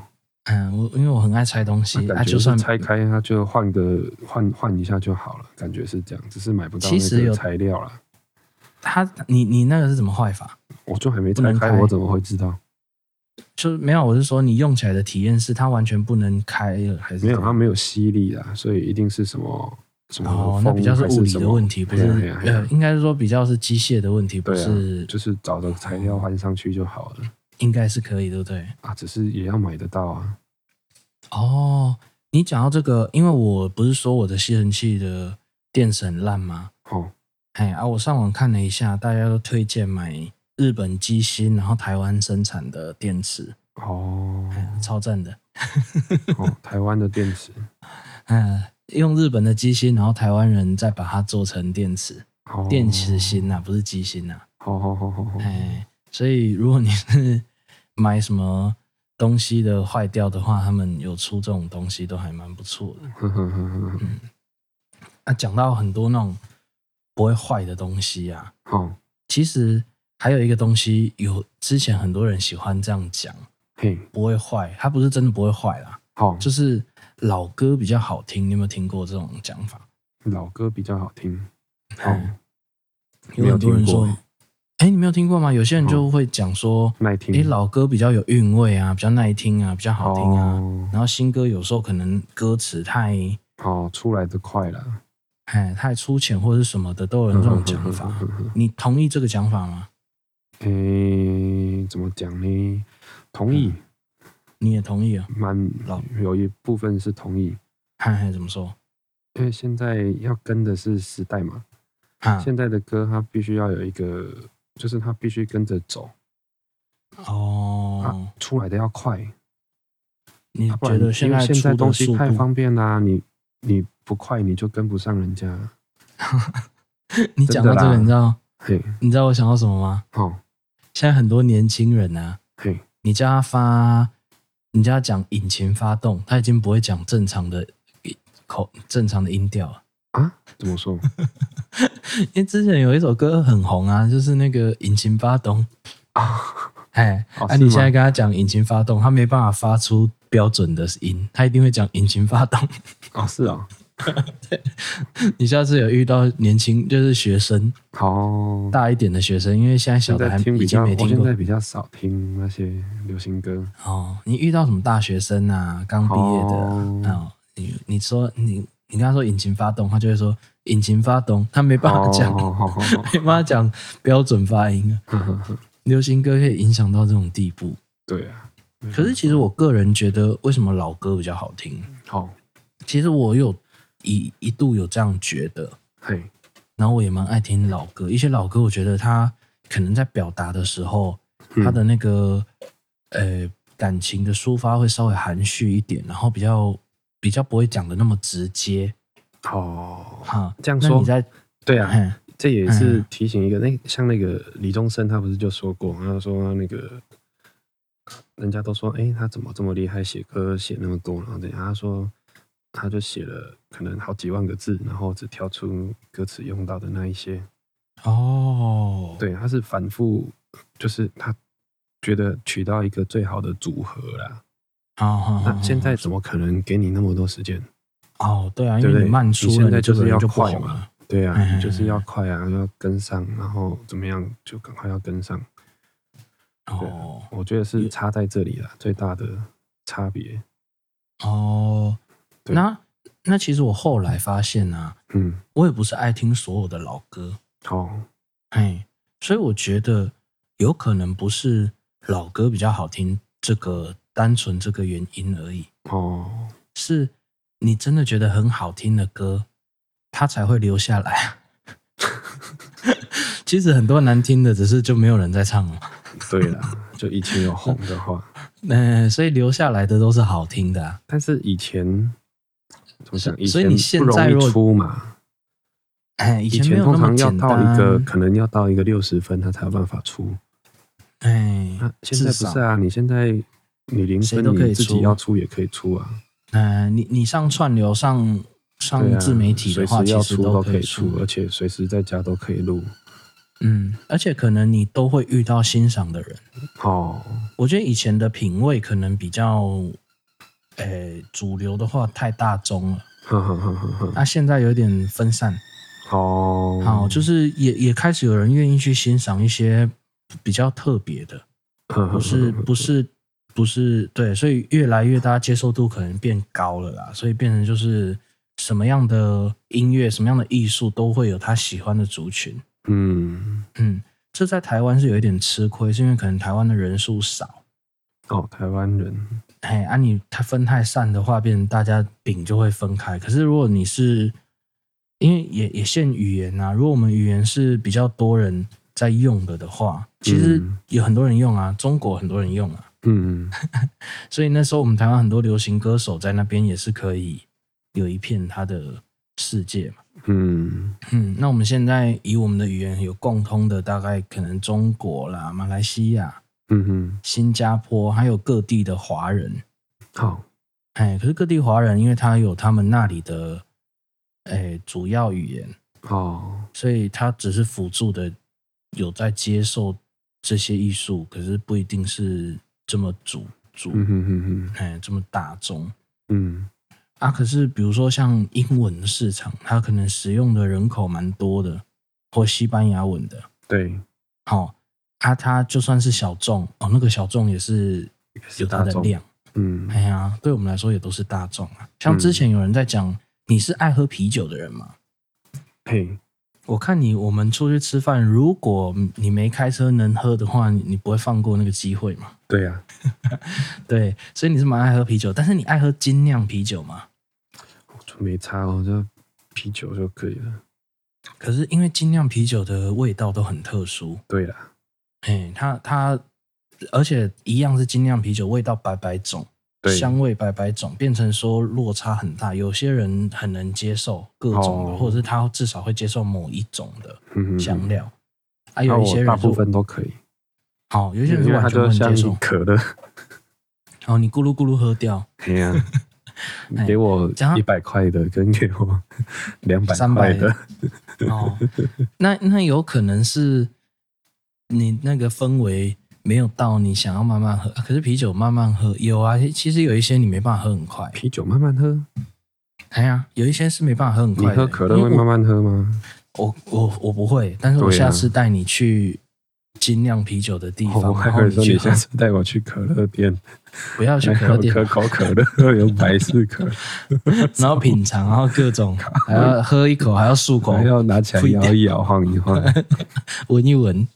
Speaker 1: 嗯，我因为我很爱拆东
Speaker 3: 那
Speaker 1: 西，啊，
Speaker 3: 感
Speaker 1: 就
Speaker 3: 觉
Speaker 1: 算
Speaker 3: 是拆开它就换个换换一下就好了，感觉是这样，只是买不到
Speaker 1: 其实
Speaker 3: 那
Speaker 1: 有
Speaker 3: 个材料啦。
Speaker 1: 它你你那个是怎么坏法？
Speaker 3: 我就还没
Speaker 1: 不
Speaker 3: 拆
Speaker 1: 能
Speaker 3: 开，
Speaker 1: 开
Speaker 3: 我怎么会知道？
Speaker 1: 就是没有，我是说你用起来的体验是它完全不能开了，还是
Speaker 3: 没有，
Speaker 1: 怎
Speaker 3: 它
Speaker 1: 样
Speaker 3: 没有吸力啦，所以一定是什么什么
Speaker 1: 哦，那
Speaker 3: 风
Speaker 1: 比较是
Speaker 3: 还
Speaker 1: 物理
Speaker 3: 什
Speaker 1: 的
Speaker 3: 么啊
Speaker 1: 问题，不是
Speaker 3: 嘿呀嘿呀嘿呀
Speaker 1: 呃，应该是说比较是机械的问题，不
Speaker 3: 对
Speaker 1: 是
Speaker 3: 啊，就是找的材料换上去就好了
Speaker 1: 应该是可以，对不对？
Speaker 3: 啊，只是也要买得到啊。
Speaker 1: 哦，你讲到这个，因为我不是说我的吸尘器的电绳烂吗？
Speaker 3: 哦，
Speaker 1: 哎啊，我上网看了一下，大家都推荐买日本机芯，然后台湾生产的电池，
Speaker 3: 哦，
Speaker 1: 哎呀，超赞的。
Speaker 3: 哦，台湾的电池，
Speaker 1: 嗯，用日本的机芯，然后台湾人再把它做成电池，
Speaker 3: 哦，
Speaker 1: 电池，芯呐、啊不是机芯呐、
Speaker 3: 好好好好好，
Speaker 1: 哎，所以如果你是买什么东西的坏掉的话，他们有出这种东西都还蛮不错的。
Speaker 3: 呵呵呵呵呵
Speaker 1: 啊，讲到很多那种不会坏的东西啊，
Speaker 3: 哦，
Speaker 1: 其实还有一个东西，有之前很多人喜欢这样讲，
Speaker 3: 嘿，
Speaker 1: 不会坏，它不是真的不会坏啦，
Speaker 3: 好，
Speaker 1: 就是老歌比较好听。你有没有听过这种讲法？
Speaker 3: 老歌比较好听，哦，
Speaker 1: 有
Speaker 3: 没有
Speaker 1: 很多人
Speaker 3: 听过
Speaker 1: 说，哎、你没有听过吗？有些人就会讲说，
Speaker 3: 耐
Speaker 1: 哎、
Speaker 3: 听，
Speaker 1: 老歌比较有韵味啊，比较耐听啊，比较好听啊。
Speaker 3: 哦，
Speaker 1: 然后新歌有时候可能歌词太
Speaker 3: 哦，出来的快了，
Speaker 1: 哎太粗浅或者是什么的，都有人这种讲 法。
Speaker 3: 呵呵呵呵
Speaker 1: 你同意这个讲法吗？
Speaker 3: 诶，哎怎么讲呢？同意，
Speaker 1: 你也同意啊？
Speaker 3: 蛮
Speaker 1: 老
Speaker 3: 有一部分是同意，
Speaker 1: 嗨嗨，怎么说？
Speaker 3: 因为现在要跟的是时代嘛，
Speaker 1: 啊
Speaker 3: 现在的歌它必须要有一个，就是它必须跟着走，
Speaker 1: 哦，
Speaker 3: 出来的要快，
Speaker 1: 你
Speaker 3: 啊不
Speaker 1: 觉
Speaker 3: 然
Speaker 1: 得现
Speaker 3: 因为现
Speaker 1: 出
Speaker 3: 在
Speaker 1: 的
Speaker 3: 东西
Speaker 1: 速
Speaker 3: 太
Speaker 1: 度，
Speaker 3: 方便啦、你你不快你就跟不上人家，
Speaker 1: 你讲到这个，
Speaker 3: 真的啦
Speaker 1: 你知道
Speaker 3: 嘿，
Speaker 1: 你知道我想到什么吗？
Speaker 3: 哦，
Speaker 1: 现在很多年轻人啊，
Speaker 3: 嘿，
Speaker 1: 你叫他发，你叫他讲引擎发动，他已经不会讲正常的口正常的音调了。
Speaker 3: 啊，怎么 说？
Speaker 1: 因为之前有一首歌很红啊，就是那个引擎发 动。
Speaker 3: 啊，
Speaker 1: 哎，
Speaker 3: 哦
Speaker 1: 啊，
Speaker 3: 是
Speaker 1: 你
Speaker 3: 吗
Speaker 1: 现在跟他讲引擎发动，他没办法发出标准的音，他一定会讲引擎发动。
Speaker 3: 哦，是哦，
Speaker 1: 你下次有遇到年轻就是学生
Speaker 3: 好，
Speaker 1: 大一点的学生，因为现在小
Speaker 3: 现
Speaker 1: 的
Speaker 3: 在
Speaker 1: 还
Speaker 3: 听比
Speaker 1: 已经
Speaker 3: 较，
Speaker 1: 没
Speaker 3: 我
Speaker 1: 听
Speaker 3: 现在
Speaker 1: 过
Speaker 3: 比较少听那些流行歌，
Speaker 1: 哦。你遇到什么大学生啊，刚毕业的啊
Speaker 3: 哦
Speaker 1: 哦，你你说你你跟他说引擎发动，他就会说引擎发动，他没办法讲，
Speaker 3: 哦，好好好，
Speaker 1: 没办法讲标准发音啊。
Speaker 3: 呵呵 呵
Speaker 1: 流行歌可以影响到这种地步，
Speaker 3: 对啊，
Speaker 1: 可是其实我个人觉得，为什么老歌比较好听？
Speaker 3: 好，
Speaker 1: 其实我有一一度有这样觉得，
Speaker 3: 嘿，
Speaker 1: 然后我也蛮爱听老歌，一些老歌我觉得他可能在表达的时候，
Speaker 3: 嗯
Speaker 1: 他的那个、呃感情的抒发会稍微含蓄一点，然后比较比较不会讲的那么直接
Speaker 3: 哦，
Speaker 1: 哈。
Speaker 3: 这样
Speaker 1: 那
Speaker 3: 说
Speaker 1: 你在
Speaker 3: 对啊，
Speaker 1: 嘿
Speaker 3: 这也是
Speaker 1: 嗯
Speaker 3: 提醒一个，那像那个李宗盛，他不是就说过，他说那个人家都说，哎、他怎么这么厉害，写歌写那么多，然后等一下他说，他就写了可能好几万个字，然后只挑出歌词用到的那一些，
Speaker 1: 哦，
Speaker 3: 对，他是反复，就是他觉得取到一个最好的组合啦。
Speaker 1: 好，好好
Speaker 3: 那现在怎么可能给你那么多时间？
Speaker 1: 哦，对啊，因
Speaker 3: 对不
Speaker 1: 为
Speaker 3: 对
Speaker 1: 你慢出
Speaker 3: 你
Speaker 1: 了，
Speaker 3: 现在
Speaker 1: 你这
Speaker 3: 就是
Speaker 1: 个人
Speaker 3: 要
Speaker 1: 就不
Speaker 3: 快
Speaker 1: 红
Speaker 3: 嘛
Speaker 1: 了。
Speaker 3: 对
Speaker 1: 哎
Speaker 3: 啊，你就是要快啊，要跟上，然后怎么样就赶快要跟上。对
Speaker 1: 哦
Speaker 3: 我觉得是差在这里啦，最大的差别。
Speaker 1: 哦，
Speaker 3: 对
Speaker 1: 那那其实我后来发现啊，
Speaker 3: 嗯，
Speaker 1: 我也不是爱听所有的老歌，
Speaker 3: 哦，
Speaker 1: 哎，所以我觉得有可能不是老歌比较好听，这个单纯这个原因而已，
Speaker 3: 哦，
Speaker 1: 是你真的觉得很好听的歌，它才会留下来。啊 其实很多难听的，只是就没有人在唱了。
Speaker 3: 对啦，就以前有红的话，
Speaker 1: 呃嗯、所以留下来的都是好听的啊、
Speaker 3: 但是以前怎么讲？以
Speaker 1: 所以
Speaker 3: 前
Speaker 1: 你现
Speaker 3: 不
Speaker 1: 在
Speaker 3: 容
Speaker 1: 如果
Speaker 3: 易出嘛，
Speaker 1: 哎，以
Speaker 3: 以
Speaker 1: 前没
Speaker 3: 前
Speaker 1: 有
Speaker 3: 通
Speaker 1: 那么
Speaker 3: 常要
Speaker 1: 简
Speaker 3: 到一个
Speaker 1: 单，
Speaker 3: 可能要到一个六十分，他才有办法出。
Speaker 1: 哎
Speaker 3: 那，现在
Speaker 1: 至少
Speaker 3: 不是啊，你现在你零
Speaker 1: 谁
Speaker 3: 分
Speaker 1: 都可以
Speaker 3: 你自己
Speaker 1: 出
Speaker 3: 要出也可以出啊，
Speaker 1: 呃，你你上串流上
Speaker 3: 对
Speaker 1: 上
Speaker 3: 啊
Speaker 1: 自媒体的话，
Speaker 3: 随时
Speaker 1: 其
Speaker 3: 要
Speaker 1: 实
Speaker 3: 出都
Speaker 1: 可以
Speaker 3: 出，而且随时在家都可以录。
Speaker 1: 嗯，而且可能你都会遇到欣赏的人。
Speaker 3: 哦，
Speaker 1: 我觉得以前的品味可能比较，呃、主流的话太大众了，
Speaker 3: 哈哈哈哈哈。
Speaker 1: 那、现在有点分散。
Speaker 3: 哦，
Speaker 1: 好，就是也也开始有人愿意去欣赏一些比较特别的，不
Speaker 3: 不
Speaker 1: 是不是不是对，所以越来越大家接受度可能变高了啦，所以变成就是什么样的音乐、什么样的艺术都会有他喜欢的族群。
Speaker 3: 嗯，
Speaker 1: 嗯，这在台湾是有一点吃亏，是因为可能台湾的人数少，
Speaker 3: 哦，台湾人，
Speaker 1: 哎，啊你它分太散的话，变成大家饼就会分开。可是如果你是因为也也限语言啊，如果我们语言是比较多人在用的的话，其实
Speaker 3: 嗯
Speaker 1: 有很多人用啊，中国很多人用啊。
Speaker 3: 嗯，
Speaker 1: 所以那时候我们台湾很多流行歌手在那边也是可以有一片他的世界嘛。
Speaker 3: 嗯，
Speaker 1: 嗯，那我们现在以我们的语言有共通的，大概可能中国啦、马来西亚、
Speaker 3: 嗯哼，
Speaker 1: 新加坡，还有各地的华人。
Speaker 3: 好，
Speaker 1: 哎，可是各地华人，因为他有他们那里的哎主要语言，
Speaker 3: 哦，
Speaker 1: 所以他只是辅助的，有在接受这些艺术，可是不一定是这么主主
Speaker 3: 嗯哼哼哼，
Speaker 1: 哎这么大众。
Speaker 3: 嗯，
Speaker 1: 啊，可是比如说像英文的市场，它可能使用的人口蛮多的，或西班牙文的，
Speaker 3: 对，
Speaker 1: 好、哦，啊，它就算是小众哦，那个小众也是有它的
Speaker 3: 大众
Speaker 1: 量，
Speaker 3: 嗯，
Speaker 1: 哎呀，对我们来说也都是大众啊。像之前有人在讲，你是爱喝啤酒的人吗？
Speaker 3: 嘿，
Speaker 1: 我看你，我们出去吃饭，如果你没开车能喝的话，你你不会放过那个机会嘛？
Speaker 3: 对呀，
Speaker 1: 对，所以你是蛮爱喝啤酒，但是你爱喝精酿啤酒吗？
Speaker 3: 我就没差哦，就啤酒就可以了。
Speaker 1: 可是因为精酿啤酒的味道都很特殊，
Speaker 3: 对啦，
Speaker 1: 哎、它它，而且一样是精酿啤酒，味道百百种，
Speaker 3: 对，
Speaker 1: 香味百百种，变成说落差很大。有些人很能接受各种的，
Speaker 3: 哦
Speaker 1: 或者是他至少会接受某一种的
Speaker 3: 嗯哼
Speaker 1: 香
Speaker 3: 哼
Speaker 1: 料。啊，
Speaker 3: 那
Speaker 1: 有一些
Speaker 3: 我大
Speaker 1: 人
Speaker 3: 部
Speaker 1: 就
Speaker 3: 分都可以，
Speaker 1: 好、有一些人
Speaker 3: 因
Speaker 1: 是
Speaker 3: 为
Speaker 1: 完
Speaker 3: 它
Speaker 1: 全
Speaker 3: 就
Speaker 1: 不能
Speaker 3: 像
Speaker 1: 接受。
Speaker 3: 可 乐，
Speaker 1: 好、你咕噜咕噜喝掉
Speaker 3: 嘿呀、
Speaker 1: 哎
Speaker 3: 给我
Speaker 1: 讲到
Speaker 3: 一百块的跟给我 两百
Speaker 1: 300
Speaker 3: 块的，
Speaker 1: 哦， 那那有可能是你那个氛围没有到你想要慢慢喝。啊可是啤酒慢慢喝有啊，其实有一些你没办法喝很快。
Speaker 3: 啤酒慢慢喝。
Speaker 1: 哎呀，有一些是没办法喝很
Speaker 3: 你
Speaker 1: 快的。
Speaker 3: 喝可乐
Speaker 1: 因
Speaker 3: 会
Speaker 1: 为我
Speaker 3: 慢慢喝吗？
Speaker 1: 我我我不会，但是我
Speaker 3: 对啊
Speaker 1: 下次带你去精酿啤酒的地方，
Speaker 3: 哦我还
Speaker 1: 然后
Speaker 3: 会
Speaker 1: 你
Speaker 3: 说
Speaker 1: 去
Speaker 3: 你
Speaker 1: 喝
Speaker 3: 下，次带我去可乐店，
Speaker 1: 不要去可
Speaker 3: 还有
Speaker 1: 乐店，
Speaker 3: 可口可乐，有百事 可乐，
Speaker 1: 然后品尝，然后各 种，还要喝一口，还要漱口
Speaker 3: 还，要拿起来摇一摇、晃 一晃。
Speaker 1: 闻一闻，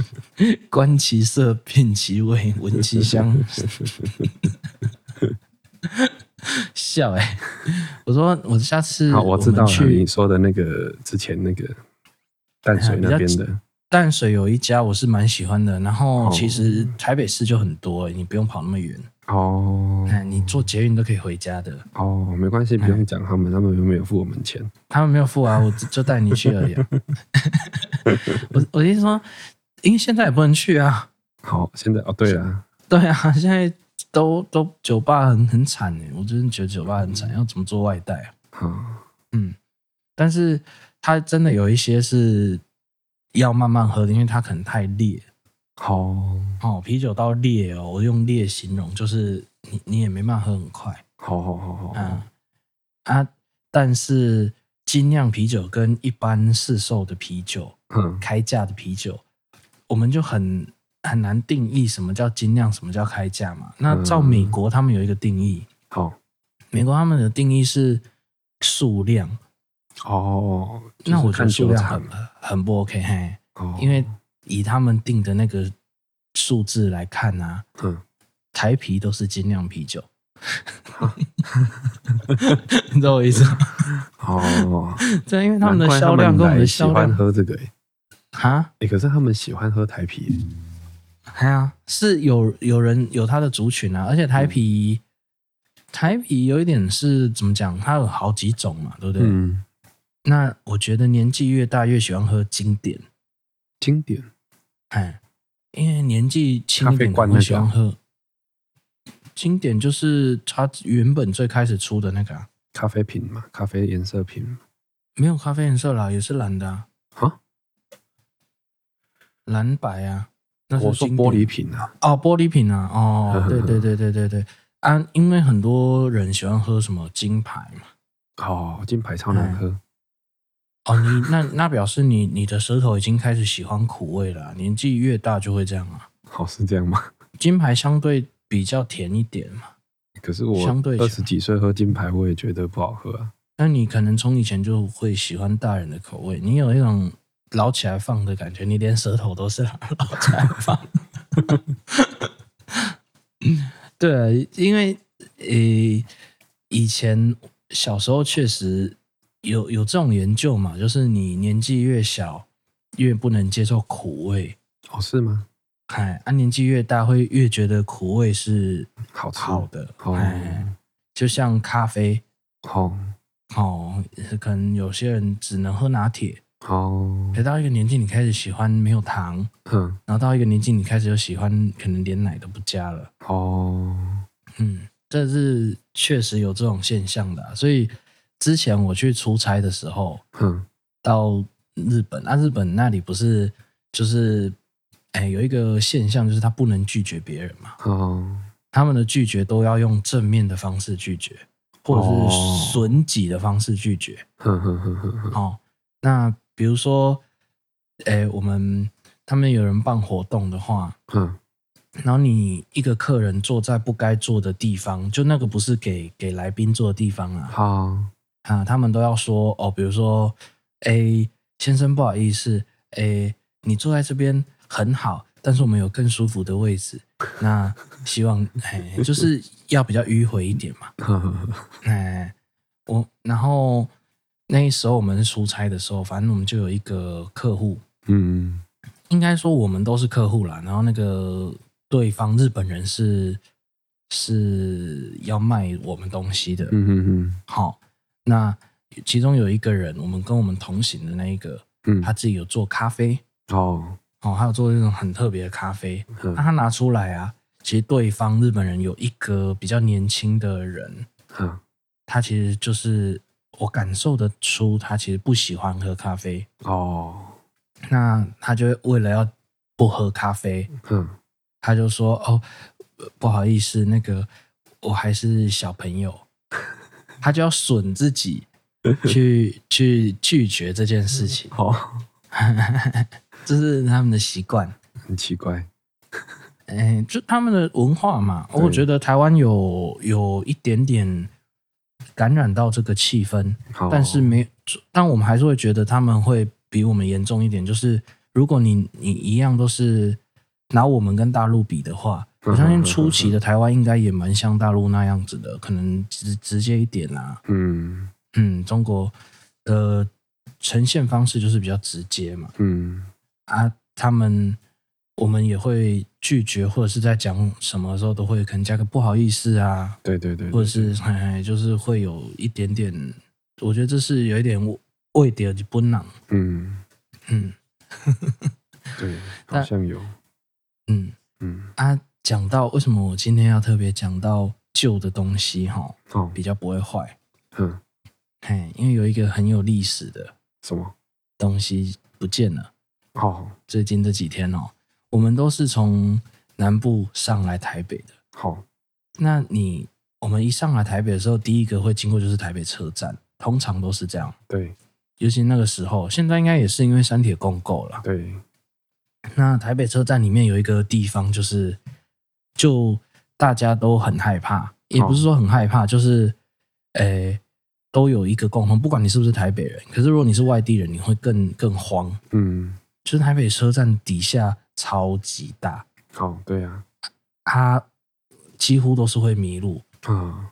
Speaker 1: 观其色，辨其味，闻其香。 笑哎、我说我下次
Speaker 3: 好，我知道
Speaker 1: 们
Speaker 3: 了，你
Speaker 1: 去
Speaker 3: 说的那个之前那个淡
Speaker 1: 哎
Speaker 3: 水那边的，
Speaker 1: 淡水有一家我是蛮喜欢的，然后
Speaker 3: 哦
Speaker 1: 其实台北市就很多、欸你不用跑那么远，
Speaker 3: 哦
Speaker 1: 哎，你坐捷运都可以回家的。
Speaker 3: 哦，没关系，不用讲他们，他们又没有付我们钱。
Speaker 1: 他们没有付啊，我只就带你去而已、啊。我我意思说，因为现在也不能去啊，
Speaker 3: 好，现在哦，对了，
Speaker 1: 对啊，现在都都酒吧很很惨哎、我真的觉得酒吧很惨，要怎么做外带啊？嗯
Speaker 3: 啊，
Speaker 1: 但是它真的有一些是要慢慢喝的，因为它可能太烈
Speaker 3: 好，
Speaker 1: 哦，啤酒到烈哦，我用烈形容，就是你你也没办法喝很快，
Speaker 3: 好好好好，
Speaker 1: 嗯啊，但是精酿啤酒跟一般市售的啤酒。
Speaker 3: 嗯，
Speaker 1: 开价的啤酒，我们就很很难定义什么叫精酿，什么叫开价嘛。那照美国他们有一个定义，
Speaker 3: 好。
Speaker 1: 美国他们的定义是数量，
Speaker 3: 哦，就是
Speaker 1: 那我觉
Speaker 3: 看
Speaker 1: 得数
Speaker 3: 酒
Speaker 1: 量
Speaker 3: 厂
Speaker 1: 很，很不 OK 嘿，
Speaker 3: 哦，
Speaker 1: 因为以他们定的那个数字来看啊，
Speaker 3: 嗯，
Speaker 1: 台啤都是精酿啤 酒。 你知道我意思吗？
Speaker 3: 哦，
Speaker 1: 对，因为他们的
Speaker 3: 难怪
Speaker 1: 销量跟我们
Speaker 3: 来
Speaker 1: 的
Speaker 3: 喜
Speaker 1: 销
Speaker 3: 欢
Speaker 1: 量
Speaker 3: 喝这个欸，
Speaker 1: 啊，
Speaker 3: 哎，可是他们喜欢喝台啤欸，
Speaker 1: 啊
Speaker 3: 嗯
Speaker 1: 哎呀，是有有人有他的族群啊，而且台啤台啤有一点是怎么讲？它有好几种嘛，对不对？
Speaker 3: 嗯，
Speaker 1: 那我觉得年纪越大越喜欢喝经典，
Speaker 3: 经典
Speaker 1: 哎，因为年纪轻一点
Speaker 3: 咖啡罐那
Speaker 1: 我
Speaker 3: 个
Speaker 1: 喜欢喝经典，就是它原本最开始出的那个、啊，
Speaker 3: 咖啡瓶嘛，咖啡颜色瓶嘛
Speaker 1: 没有咖啡颜色啦，也是蓝的、啊，
Speaker 3: 啊，
Speaker 1: 蓝白啊。那是
Speaker 3: 我说
Speaker 1: 经典
Speaker 3: 玻璃瓶啊，
Speaker 1: 哦，玻璃瓶啊，哦，对对对对对对啊，因为很多人喜欢喝什么金牌嘛，
Speaker 3: 哦，金牌超难喝，
Speaker 1: 哦，你那那表示你你的舌头已经开始喜欢苦味了啊、年纪越大就会这样啊。
Speaker 3: 好是这样吗？
Speaker 1: 金牌相对比较甜一点嘛，
Speaker 3: 可是我
Speaker 1: 相对起来
Speaker 3: 二十几岁喝金牌，我也觉得不好喝啊。
Speaker 1: 那你可能从以前就会喜欢大人的口味，你有一种捞起来放的感觉，你连舌头都是 捞起来放。对，啊因为呃，以前小时候确实有有这种研究嘛，就是你年纪越小越不能接受苦味，
Speaker 3: 哦，是吗？
Speaker 1: 哎，啊，年纪越大会越觉得苦味是
Speaker 3: 好吃，
Speaker 1: 好的，
Speaker 3: 哦
Speaker 1: 哎，就像咖啡
Speaker 3: 好
Speaker 1: 哦，可能有些人只能喝拿铁，
Speaker 3: 好，
Speaker 1: 可到一个年纪你开始喜欢没有糖，
Speaker 3: 嗯，
Speaker 1: 然后到一个年纪你开始又喜欢可能连奶都不加了。
Speaker 3: 哦，
Speaker 1: 嗯，这是确实有这种现象的啊、所以之前我去出差的时候，
Speaker 3: 嗯，
Speaker 1: 到日本，那、日本那里不是就是，哎，有一个现象就是他不能拒绝别人嘛，
Speaker 3: 哦，
Speaker 1: 他们的拒绝都要用正面的方式拒绝，或者
Speaker 3: 哦
Speaker 1: 是损己的方式拒绝。
Speaker 3: 哼哼哼哼哼，
Speaker 1: 哦，那比如说，诶，我们他们有人办活动的话，
Speaker 3: 嗯，
Speaker 1: 然后你一个客人坐在不该坐的地方，就那个不是给给来宾坐的地方啊，
Speaker 3: 好，
Speaker 1: 啊，他们都要说哦，比如说，诶，先生不好意思，诶，你坐在这边很好，但是我们有更舒服的位置，那希望，诶，就是要比较迂回一点嘛。
Speaker 3: 哼哼哼
Speaker 1: 哎，我然后那时候我们出差的时候，反正我们就有一个客户，
Speaker 3: 嗯，
Speaker 1: 应该说我们都是客户啦。然后那个对方日本人是是要卖我们东西的，
Speaker 3: 嗯哼哼，
Speaker 1: 好，那其中有一个人，我们跟我们同行的那一个，
Speaker 3: 嗯
Speaker 1: 他，自己有做咖啡，
Speaker 3: 哦，
Speaker 1: 哦，还有做那种很特别的咖啡，
Speaker 3: 嗯
Speaker 1: 那他拿出来啊，其实对方日本人有一个比较年轻的人，
Speaker 3: 哼，
Speaker 1: 他其实就是我感受得出，他其实不喜欢喝咖啡。
Speaker 3: 哦，
Speaker 1: 那他就会为了要不喝咖啡，
Speaker 3: 哼，
Speaker 1: 他就说：“哦，呃不好意思，那个我还是小朋友。”他就要损自己去去拒绝这件事情，
Speaker 3: 好，
Speaker 1: 这是他们的习惯。
Speaker 3: 很奇怪，
Speaker 1: 哎，就他们的文化嘛，
Speaker 3: 对
Speaker 1: 我觉得台湾有有一点点感染到这个气氛。
Speaker 3: 好，
Speaker 1: 但是没，但我们还是会觉得他们会比我们严重一点。就是如果你你一样都是拿我们跟大陆比的话，我相信初期的台湾应该也蛮像大陆那样子的，可能直直接一点啊。
Speaker 3: 嗯
Speaker 1: 嗯，中国的呈现方式就是比较直接嘛。
Speaker 3: 嗯，
Speaker 1: 啊，他们我们也会拒绝，或者是在讲什么的时候都会可能加个不好意思啊，
Speaker 3: 对对对，对
Speaker 1: 或者是哎，就是会有一点点，我觉得这是有一点味点就不囊，
Speaker 3: 嗯
Speaker 1: 嗯
Speaker 3: 对，好
Speaker 1: 但
Speaker 3: 像有，
Speaker 1: 嗯
Speaker 3: 嗯，
Speaker 1: 啊。讲到为什么我今天要特别讲到旧的东西哈，
Speaker 3: 哦，
Speaker 1: 比较不会坏，
Speaker 3: 嗯，
Speaker 1: 嘿，因为有一个很有历史的
Speaker 3: 什么？
Speaker 1: 东西不见了。
Speaker 3: 好
Speaker 1: 最近这几天哦，我们都是从南部上来台北的。
Speaker 3: 好，
Speaker 1: 那你我们一上来台北的时候，第一个会经过就是台北车站，通常都是这样。
Speaker 3: 对
Speaker 1: 尤其那个时候，现在应该也是因为三铁共购了。
Speaker 3: 对，
Speaker 1: 那台北车站里面有一个地方，就是就大家都很害怕，也不是说很害怕，就是诶、都有一个共同，不管你是不是台北人，可是如果你是外地人，你会更更慌。
Speaker 3: 嗯，
Speaker 1: 就是台北车站底下超级大，
Speaker 3: 好，对啊呀，
Speaker 1: 它几乎都是会迷路，
Speaker 3: 啊，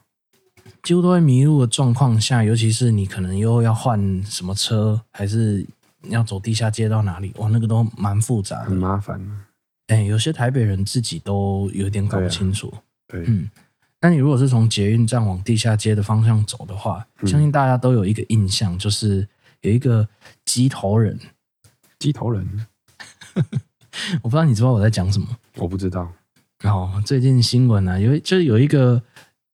Speaker 1: 几乎都会迷路的状况下，尤其是你可能又要换什么车，还是要走地下街到哪里，哇，那个都蛮复杂的
Speaker 3: 很。麻烦，
Speaker 1: 哎、有些台北人自己都有点搞不清楚。
Speaker 3: 对，
Speaker 1: 嗯那你如果是从捷运站往地下街的方向走的话，相信大家都有一个印象，就是有一个鸡头人。
Speaker 3: 鸡头人，
Speaker 1: 我不知道你知不知道我在讲什么。
Speaker 3: 我不知道
Speaker 1: 然后最近新闻啊，有就是有一个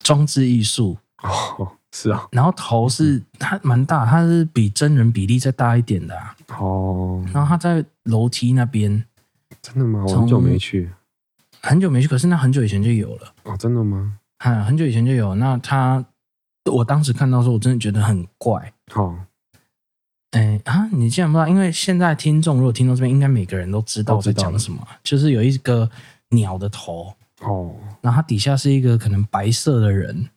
Speaker 1: 装置艺术，
Speaker 3: 哦，是啊，
Speaker 1: 然后头是它蛮大，它是比真人比例再大一点的、啊。
Speaker 3: 哦，
Speaker 1: 然后它在楼梯那边，
Speaker 3: 真的吗？我
Speaker 1: 从
Speaker 3: 很久没去
Speaker 1: 很久没去，可是那很久以前就有了，
Speaker 3: 哦，真的吗？
Speaker 1: 嗯，很久以前就有。那它，我当时看到的时候，我真的觉得很怪。
Speaker 3: 哦，
Speaker 1: 哎啊，你竟然不知道？因为现在听众如果听到这边，应该每个人都知道我
Speaker 3: 都
Speaker 1: 在
Speaker 3: 知道
Speaker 1: 讲
Speaker 3: 了
Speaker 1: 什么，就是有一个鸟的头，
Speaker 3: 哦，
Speaker 1: 然后它底下是一个可能白色的人，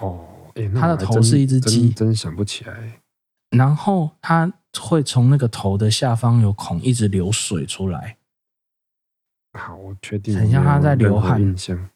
Speaker 3: 哦，诶那
Speaker 1: 他的
Speaker 3: 我还
Speaker 1: 头
Speaker 3: 真
Speaker 1: 是一只鸡
Speaker 3: 真真想不起来。
Speaker 1: 然后它会从那个头的下方有孔一直流水出来
Speaker 3: 好，我确定
Speaker 1: 很像
Speaker 3: 我没有
Speaker 1: 他在流
Speaker 3: 任何
Speaker 1: 汗
Speaker 3: 印象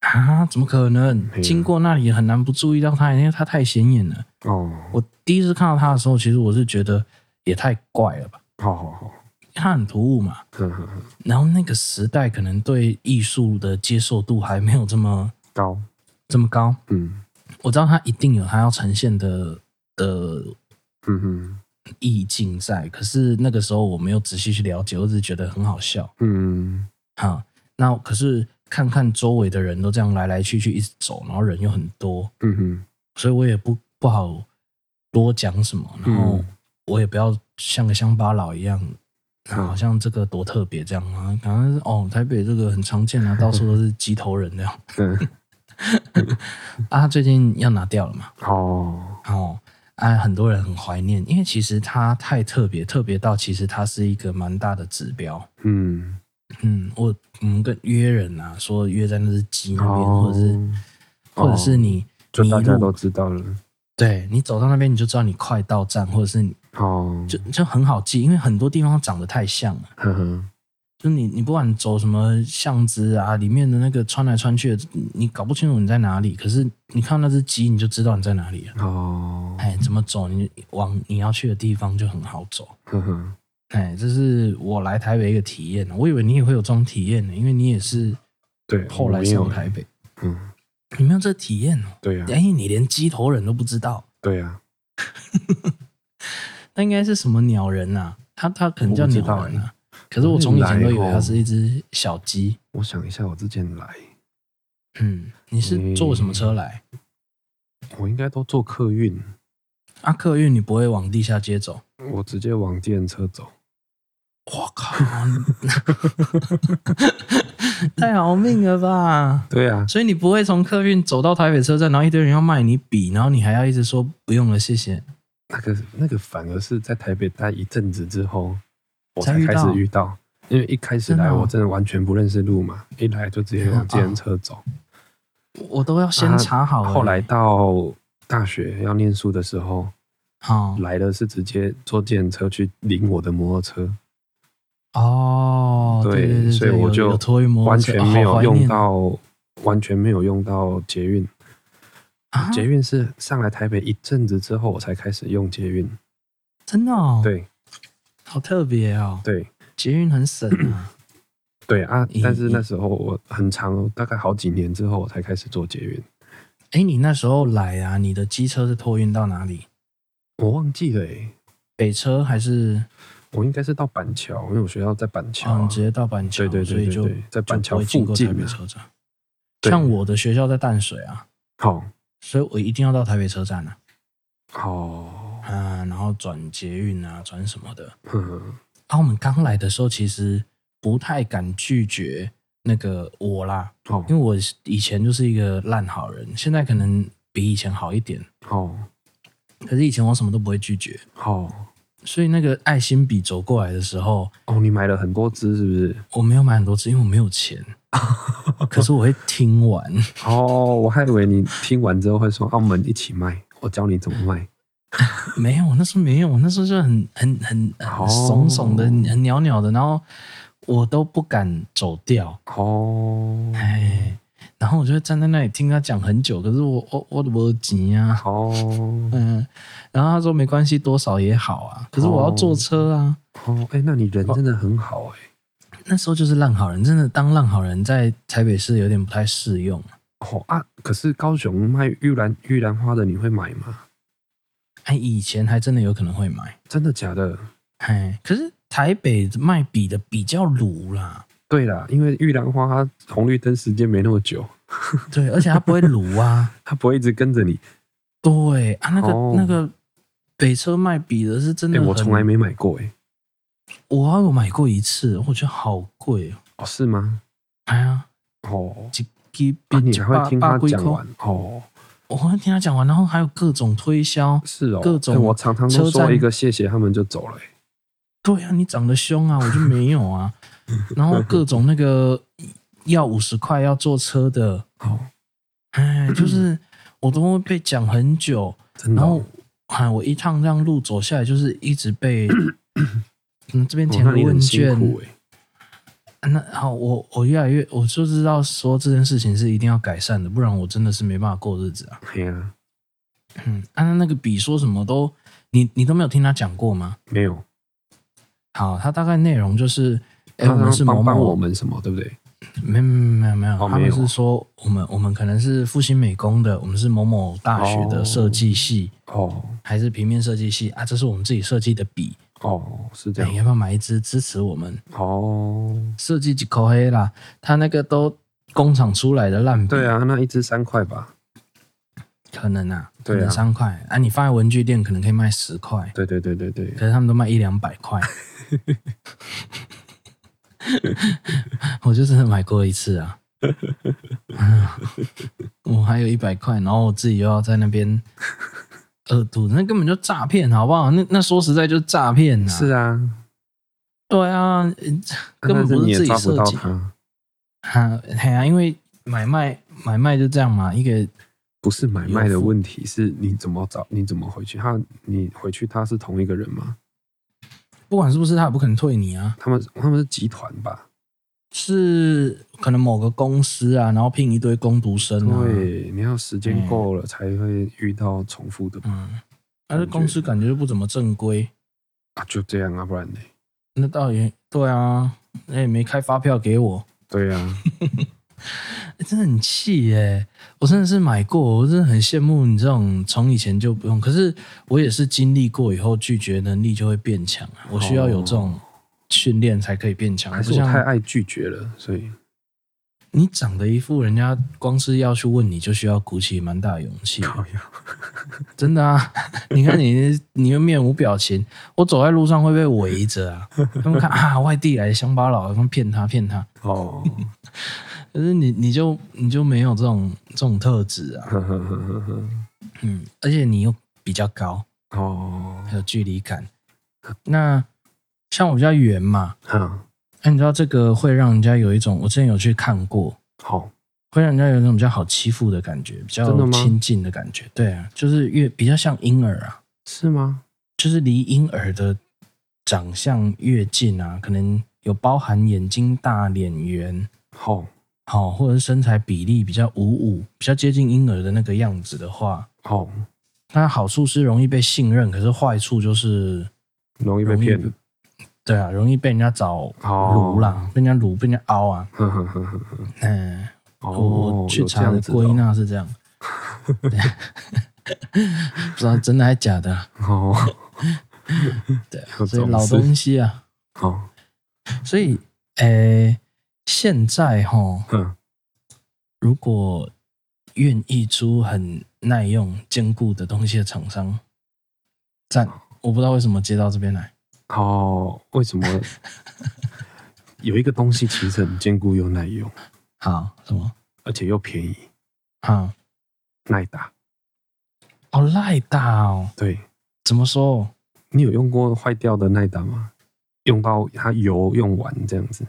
Speaker 1: 啊？怎么可能
Speaker 3: 没？有
Speaker 1: 经过那里也很难不注意到它，因为它太显眼了。
Speaker 3: 哦，
Speaker 1: 我第一次看到它的时候，其实我是觉得也太怪了吧，
Speaker 3: 好好好，
Speaker 1: 它很突兀嘛。
Speaker 3: 呵呵呵
Speaker 1: 然后那个时代可能对艺术的接受度还没有这么
Speaker 3: 高，
Speaker 1: 这么高，
Speaker 3: 嗯
Speaker 1: 我知道它一定有它要呈现的的
Speaker 3: 嗯嗯
Speaker 1: 意境在，可是那个时候我没有仔细去了解，我只是觉得很好笑。
Speaker 3: 嗯，
Speaker 1: 啊，那可是看看周围的人都这样来来去去一直走，然后人又很多，
Speaker 3: 嗯哼，
Speaker 1: 所以我也不不好多讲什么，然后
Speaker 3: 嗯
Speaker 1: 我也不要像个乡巴佬一样，
Speaker 3: 嗯
Speaker 1: 好像这个多特别这样啊，好像是哦，台北这个很常见啊，到处都是鸡头人这样
Speaker 3: 嗯，
Speaker 1: 啊，他最近要拿掉了嘛，
Speaker 3: 哦，
Speaker 1: 哦。啊，很多人很怀念，因为其实它太特别，特别到其实它是一个蛮大的指标。
Speaker 3: 嗯，
Speaker 1: 嗯，我我们跟约人啊，说约在那只鸡那边，
Speaker 3: 哦
Speaker 1: 或者是或者是你
Speaker 3: 就
Speaker 1: 迷
Speaker 3: 大家都
Speaker 1: 路，
Speaker 3: 知道了，
Speaker 1: 对你走到那边你就知道你快到站，或者是你
Speaker 3: 哦，
Speaker 1: 就就很好记，因为很多地方长得太像了。
Speaker 3: 呵呵，
Speaker 1: 就你你不管走什么巷子啊，里面的那个穿来穿去的，你你搞不清楚你在哪里。可是你看到那只鸡，你就知道你在哪里了。
Speaker 3: 哦，
Speaker 1: 哎，怎么走，你往你要去的地方就很好走。
Speaker 3: 呵呵，
Speaker 1: 哎，这是我来台北一个体验。我以为你也会有这种体验呢，因为你也是
Speaker 3: 对，
Speaker 1: 后来
Speaker 3: 没有
Speaker 1: 上台，北，
Speaker 3: 嗯，
Speaker 1: 你没有这体验哦。
Speaker 3: 对呀，
Speaker 1: 哎，你连鸡头人都不知道，
Speaker 3: 对呀，
Speaker 1: 那应该是什么鸟人啊？他他可能叫鸟
Speaker 3: 我不
Speaker 1: 人
Speaker 3: 知哎
Speaker 1: 啊。可是我从以前都以为
Speaker 3: 原来
Speaker 1: 它
Speaker 3: 哦
Speaker 1: 是一只小鸡。
Speaker 3: 我想一下，我之前来，
Speaker 1: 嗯，你是坐什么车来？
Speaker 3: 我应该都坐客运，
Speaker 1: 啊，客运你不会往地下街走？
Speaker 3: 我直接往电车走，
Speaker 1: 我靠， 太好命了吧！
Speaker 3: 对呀，
Speaker 1: 所以你不会从客运走到台北车站，然后一堆人要卖你笔，然后你还要一直说不用了，谢谢。
Speaker 3: 那个那个反而是在台北待一阵子之后，我
Speaker 1: 才
Speaker 3: 才
Speaker 1: 遇
Speaker 3: 开
Speaker 1: 到
Speaker 3: 始遇到。因为一开始
Speaker 1: 真的
Speaker 3: 来
Speaker 1: 哦
Speaker 3: 我真的完全不认识路嘛，一来就直接往自行车走。
Speaker 1: 我都要先查好了、
Speaker 3: 啊后来到大学要念书的时候，
Speaker 1: 好
Speaker 3: 来的是直接坐自行车去领我的摩托车，
Speaker 1: 哦，对对对，
Speaker 3: 所以我
Speaker 1: 有
Speaker 3: 就
Speaker 1: 有托运摩托
Speaker 3: 完
Speaker 1: 车
Speaker 3: 全没
Speaker 1: 哦好
Speaker 3: 有
Speaker 1: 怀
Speaker 3: 用
Speaker 1: 念
Speaker 3: 到，完全没有用到捷运。
Speaker 1: 啊
Speaker 3: 捷运是上来台北一阵子之后，我才开始用捷运。
Speaker 1: 真的哦，，
Speaker 3: 对
Speaker 1: 好特别哦，
Speaker 3: 对
Speaker 1: 捷运很省 啊。
Speaker 3: 对啊
Speaker 1: 咦！
Speaker 3: 但是那
Speaker 1: 咦
Speaker 3: 时候我很长，大概好几年之后，我才开始坐捷运。
Speaker 1: 哎，你那时候来啊，你的机车是托运到哪里？
Speaker 3: 我忘记了、欸，
Speaker 1: 北车还是
Speaker 3: 我应该是到板桥，因为我学校在板桥、啊
Speaker 1: 嗯、你直接到板桥？
Speaker 3: 对对对对
Speaker 1: 所以就
Speaker 3: 对在板桥
Speaker 1: 就不会经
Speaker 3: 附
Speaker 1: 过
Speaker 3: 近
Speaker 1: 台北
Speaker 3: 啊
Speaker 1: 车站。
Speaker 3: 对
Speaker 1: 像我的学校在淡水啊，
Speaker 3: 好，
Speaker 1: 所以我一定要到台北车站啊，
Speaker 3: 好，
Speaker 1: 啊，然后转捷运啊，转什么的。
Speaker 3: 嗯，
Speaker 1: 啊，我们刚来的时候其实不太敢拒绝那个我啦，
Speaker 3: 好，
Speaker 1: 因为我以前就是一个烂好人，现在可能比以前好一点，
Speaker 3: 好，
Speaker 1: 可是以前我什么都不会拒绝。
Speaker 3: 好，
Speaker 1: 所以那个爱心笔走过来的时候，
Speaker 3: 哦，你买了很多支是不是？
Speaker 1: 我没有买很多支，因为我没有钱。可是我会听完，
Speaker 3: 哦，我还以为你听完之后会说，澳门一起卖，我教你怎么卖。
Speaker 1: 没有，我那时候没有，我那时候就很很很很
Speaker 3: 哦
Speaker 1: 怂怂的，很袅袅的，然后我都不敢走掉，
Speaker 3: 哦，
Speaker 1: 哎，然后我就会站在那里听他讲很久，可是我我我我急啊，
Speaker 3: 哦，
Speaker 1: 嗯，然后他说没关系，多少也好啊，可是我要坐车啊，
Speaker 3: 哦，哎，那你人真的很好哎、
Speaker 1: 那时候就是烂好人，真的当烂好人在台北市有点不太适用，
Speaker 3: 哦啊，可是高雄卖玉兰玉兰花的，你会买吗？
Speaker 1: 哎，以前还真的有可能会买，
Speaker 3: 真的假的？
Speaker 1: 哎，可是台北卖比的比较卤啦，
Speaker 3: 对啦，因为玉兰花它红绿灯时间没那么久，
Speaker 1: 对，而且它不会卤啊，
Speaker 3: 它不会一直跟着你。
Speaker 1: 对啊，那个、
Speaker 3: 哦
Speaker 1: 那个北车卖比的是真
Speaker 3: 哎、
Speaker 1: 的很，
Speaker 3: 我从来没买过哎、
Speaker 1: 我还有买过一次，我觉得好贵哦，
Speaker 3: 哦，是吗？
Speaker 1: 哎呀，
Speaker 3: 哦，
Speaker 1: 比
Speaker 3: 啊、
Speaker 1: 比
Speaker 3: 你还会听他讲，
Speaker 1: 八八
Speaker 3: 完哦？
Speaker 1: 我会听他讲完，然后还有各种推销，
Speaker 3: 是哦，
Speaker 1: 各种
Speaker 3: 哎我常常都
Speaker 1: 车站
Speaker 3: 说一个谢谢，他们就走了、欸。
Speaker 1: 对啊，你长得凶 啊，我就没有啊。然后各种那个要五十块要坐车的，
Speaker 3: 哦，
Speaker 1: 哎，就是我都会被讲很久。
Speaker 3: 真的
Speaker 1: 然
Speaker 3: 哦、
Speaker 1: 后，哎，我一趟这样路走下来，就是一直 被嗯这边
Speaker 3: 哦
Speaker 1: 填
Speaker 3: 那
Speaker 1: 个
Speaker 3: 你
Speaker 1: 问
Speaker 3: 很辛
Speaker 1: 卷。
Speaker 3: 苦哎、
Speaker 1: 那好，我我越来越我就知道说这件事情是一定要改善的，不然我真的是没办法过日子啊。
Speaker 3: 嘿呀，
Speaker 1: 嗯，按、啊、那个笔说什么都，你你都没有听他讲过吗？
Speaker 3: 没有，
Speaker 1: 好，他大概内容就是，哎、
Speaker 3: 他
Speaker 1: 我们是某
Speaker 3: 帮帮
Speaker 1: 某
Speaker 3: 我们什么，对不对？
Speaker 1: 没没有没有没有，
Speaker 3: 哦
Speaker 1: 他
Speaker 3: 没
Speaker 1: 们
Speaker 3: 有
Speaker 1: 是说我们我们可能是复兴美工的，我们是某某大学的
Speaker 3: 哦
Speaker 1: 设计系，
Speaker 3: 哦
Speaker 1: 还是平面设计系啊？这是我们自己设计的笔，
Speaker 3: 哦，是这
Speaker 1: 哎，
Speaker 3: 样。
Speaker 1: 要不要买一支支持我们
Speaker 3: 哦，
Speaker 1: 设计几口黑啦？他那个都工厂出来的烂笔，
Speaker 3: 对，啊，那一只三块吧。
Speaker 1: 可能啊，可
Speaker 3: 对啊
Speaker 1: 能三块啊，你放在文具店可能可以卖十块，
Speaker 3: 对对对对对，
Speaker 1: 可是他们都卖一两百块。 我就真的买过一次啊，嗯我还有一百块，然后我自己又要在那边恶毒，那根本就诈骗，好不好？那那说实在就是诈骗呐、
Speaker 3: 是，啊，
Speaker 1: 对啊，呃
Speaker 3: 啊
Speaker 1: 根本
Speaker 3: 但是
Speaker 1: 不
Speaker 3: 你也
Speaker 1: 自己
Speaker 3: 抓不
Speaker 1: 设
Speaker 3: 到
Speaker 1: 计
Speaker 3: 它，
Speaker 1: 啊，嘿啊，因为买卖买卖就这样嘛，一个
Speaker 3: 不是买卖
Speaker 1: 有
Speaker 3: 的
Speaker 1: 付
Speaker 3: 问题，是你怎么找，你怎么回去？他你回去他是同一个人吗？
Speaker 1: 不管是不是他也不可能退你啊，
Speaker 3: 他们他们是集团吧？
Speaker 1: 是可能某个公司啊，然后聘一堆工读生啊，
Speaker 3: 对，你要时间
Speaker 1: 嗯
Speaker 3: 够了才会遇到重复的吧
Speaker 1: 嗯，但是公司感觉就不怎么正规，
Speaker 3: 啊，就这样啊，不然呢？
Speaker 1: 那倒也对啊，那也没开发票给我，
Speaker 3: 对 啊，
Speaker 1: 欸真的很气耶、我真的是买过，我真的很羡慕你这种从以前就不用，可是我也是经历过以后，拒绝能力就会变强啊，我需要有这种训练才可以变强，
Speaker 3: 哦还是
Speaker 1: 不
Speaker 3: 我太
Speaker 1: 像
Speaker 3: 爱拒绝了，所以
Speaker 1: 你长得一副人家光是要去问你就需要鼓起蛮大勇气，
Speaker 3: 呀，
Speaker 1: 真的啊！ 你看你，你又面无表情，我走在路上会被围着啊。 他们看啊，外地来的乡巴佬，他们骗他骗他。
Speaker 3: 哦，
Speaker 1: 可是你你就你就没有这种这种特质啊，
Speaker 3: 呵呵呵呵呵
Speaker 1: 嗯，而且你又比较高，
Speaker 3: 哦，
Speaker 1: 还有距离感。那像我比较圆嘛，
Speaker 3: 哈，
Speaker 1: 那、你知道这个会让人家有一种，我之前有去看过，
Speaker 3: 好，
Speaker 1: 会让人家有一种比较好欺负的感觉，比
Speaker 3: 真的
Speaker 1: 较
Speaker 3: 吗
Speaker 1: 亲近的感觉。对啊，就是越比较像婴儿啊。
Speaker 3: 是吗？
Speaker 1: 就是离婴儿的长相越近啊，可能有包含眼睛大、脸圆，
Speaker 3: 好，
Speaker 1: 好、或者是身材比例比较五五，比较接近婴儿的那个样子的话，
Speaker 3: 好，
Speaker 1: 那好处是容易被信任，可是坏处就是，
Speaker 3: 容易被
Speaker 1: 容易
Speaker 3: 骗
Speaker 1: 被，对啊，容易被人家找
Speaker 3: 哦
Speaker 1: 撸啦，被人家撸，被人家凹啊。
Speaker 3: 呵呵呵呵呵，
Speaker 1: 嗯、
Speaker 3: 哦，
Speaker 1: 我去
Speaker 3: 有这
Speaker 1: 查
Speaker 3: 样
Speaker 1: 的
Speaker 3: 子的
Speaker 1: 归纳是这样， 对不知道真的还假的啊，
Speaker 3: 哦，
Speaker 1: 对啊，
Speaker 3: 有这
Speaker 1: 所以
Speaker 3: 种
Speaker 1: 老
Speaker 3: 事
Speaker 1: 东西啊。
Speaker 3: 好，
Speaker 1: 所以，诶、现在哈，
Speaker 3: 哼，
Speaker 1: 如果愿意出很耐用、坚固的东西的厂商，赞！我不知道为什么接到这边来，
Speaker 3: 哦，为什么有一个东西其实很坚固又耐用，
Speaker 1: 好什么
Speaker 3: 而且又便宜，
Speaker 1: 啊？
Speaker 3: 耐打？
Speaker 1: 哦，赖大哦，
Speaker 3: 对
Speaker 1: 怎么说？
Speaker 3: 你有用过坏掉的耐打吗？用到它油用完这样子？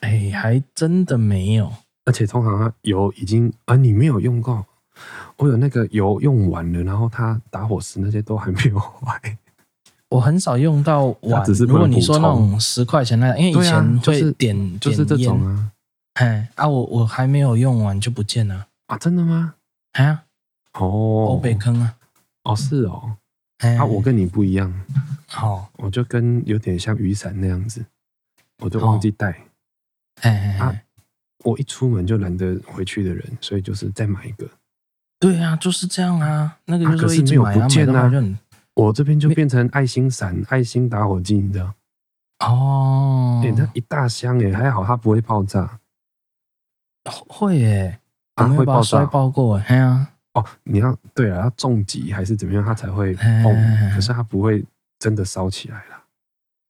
Speaker 1: 哎、还真的没有。
Speaker 3: 而且通常它油已经啊，你没有用过，我有那个油用完了，然后它打火石那些都还没 有坏。
Speaker 1: 我很少用到碗
Speaker 3: 它只是，不
Speaker 1: 如果
Speaker 3: 能
Speaker 1: 你说那
Speaker 3: 补充
Speaker 1: 种十块钱那，因为以
Speaker 3: 对啊
Speaker 1: 前
Speaker 3: 就是
Speaker 1: 会点
Speaker 3: 就是这
Speaker 1: 点
Speaker 3: 种
Speaker 1: 烟，
Speaker 3: 啊
Speaker 1: 哎啊，我我还没有用完就不见了，
Speaker 3: 啊，真的吗？
Speaker 1: 哎呀，欧
Speaker 3: 哦
Speaker 1: 北坑啊，
Speaker 3: 哦是哦，
Speaker 1: 哎，
Speaker 3: 啊我跟你不一样，
Speaker 1: 好、
Speaker 3: 我就
Speaker 1: 哦
Speaker 3: 跟有点像雨伞那样子，我就忘记带
Speaker 1: 哎哎哎
Speaker 3: 啊我一出门就懒得回去的人，所以就是再买一个。
Speaker 1: 对啊，就是这样啊。那个
Speaker 3: 啊
Speaker 1: 就是
Speaker 3: 可
Speaker 1: 说
Speaker 3: 是
Speaker 1: 一直
Speaker 3: 没有
Speaker 1: 买
Speaker 3: 不
Speaker 1: 啊，买
Speaker 3: 见
Speaker 1: 到后
Speaker 3: 啊
Speaker 1: 来就很
Speaker 3: 我这边就变成爱心伞、爱心打火机，你知道？
Speaker 1: 哦
Speaker 3: 哎、，它一大箱哎、还好它不会爆炸，
Speaker 1: 会耶，我
Speaker 3: 啊
Speaker 1: 们有
Speaker 3: 会
Speaker 1: 把它
Speaker 3: 爆
Speaker 1: 摔
Speaker 3: 炸
Speaker 1: 爆过耶，嘿啊，
Speaker 3: 哦。你要对啊，它重击还是怎么样，它才会
Speaker 1: 哎
Speaker 3: 嘣，可是它不会真的烧起来啦，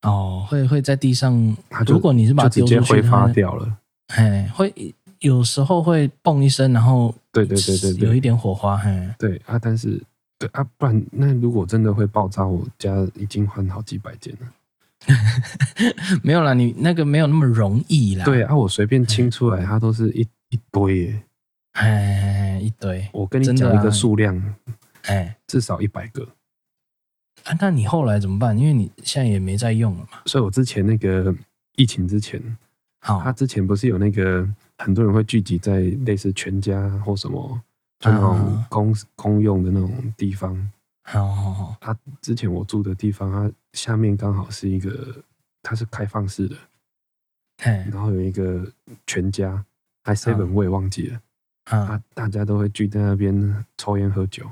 Speaker 1: 哦，会会在地上
Speaker 3: 它，啊就
Speaker 1: 如果你是把它
Speaker 3: 就直
Speaker 1: 丢
Speaker 3: 接
Speaker 1: 出
Speaker 3: 挥
Speaker 1: 去，
Speaker 3: 发
Speaker 1: 它
Speaker 3: 掉了。
Speaker 1: 嘿，会有时候会嘣一声，然后
Speaker 3: 对对对对对，
Speaker 1: 有一点火花，嘿，
Speaker 3: 对啊，但是对啊，不然那如果真的会爆炸，我家已经换好几百件
Speaker 1: 啊
Speaker 3: 了。
Speaker 1: 没有啦，你那个没有那么容易啦，
Speaker 3: 对啊，我随便清出来，它都是一一堆耶。
Speaker 1: 嘿，哎，一堆，
Speaker 3: 我跟你
Speaker 1: 真的
Speaker 3: 讲一
Speaker 1: 啊
Speaker 3: 个数量，
Speaker 1: 哎、
Speaker 3: 至少一百个。
Speaker 1: 啊，那你后来怎么办？因为你现在也没在用了嘛，
Speaker 3: 所以我之前那个疫情之前，
Speaker 1: 好，
Speaker 3: 他之前不是有那个很多人会聚集在类似全家或什么，就那种
Speaker 1: 啊
Speaker 3: 公、公用的那种地方。
Speaker 1: 好好好，
Speaker 3: 他之前我住的地方，它下面刚好是一个，它是开放式的，
Speaker 1: 嘿，
Speaker 3: 然后有一个全家，还 seven 我也忘记了。
Speaker 1: 啊，
Speaker 3: 啊，大家都会聚在那边抽烟喝酒，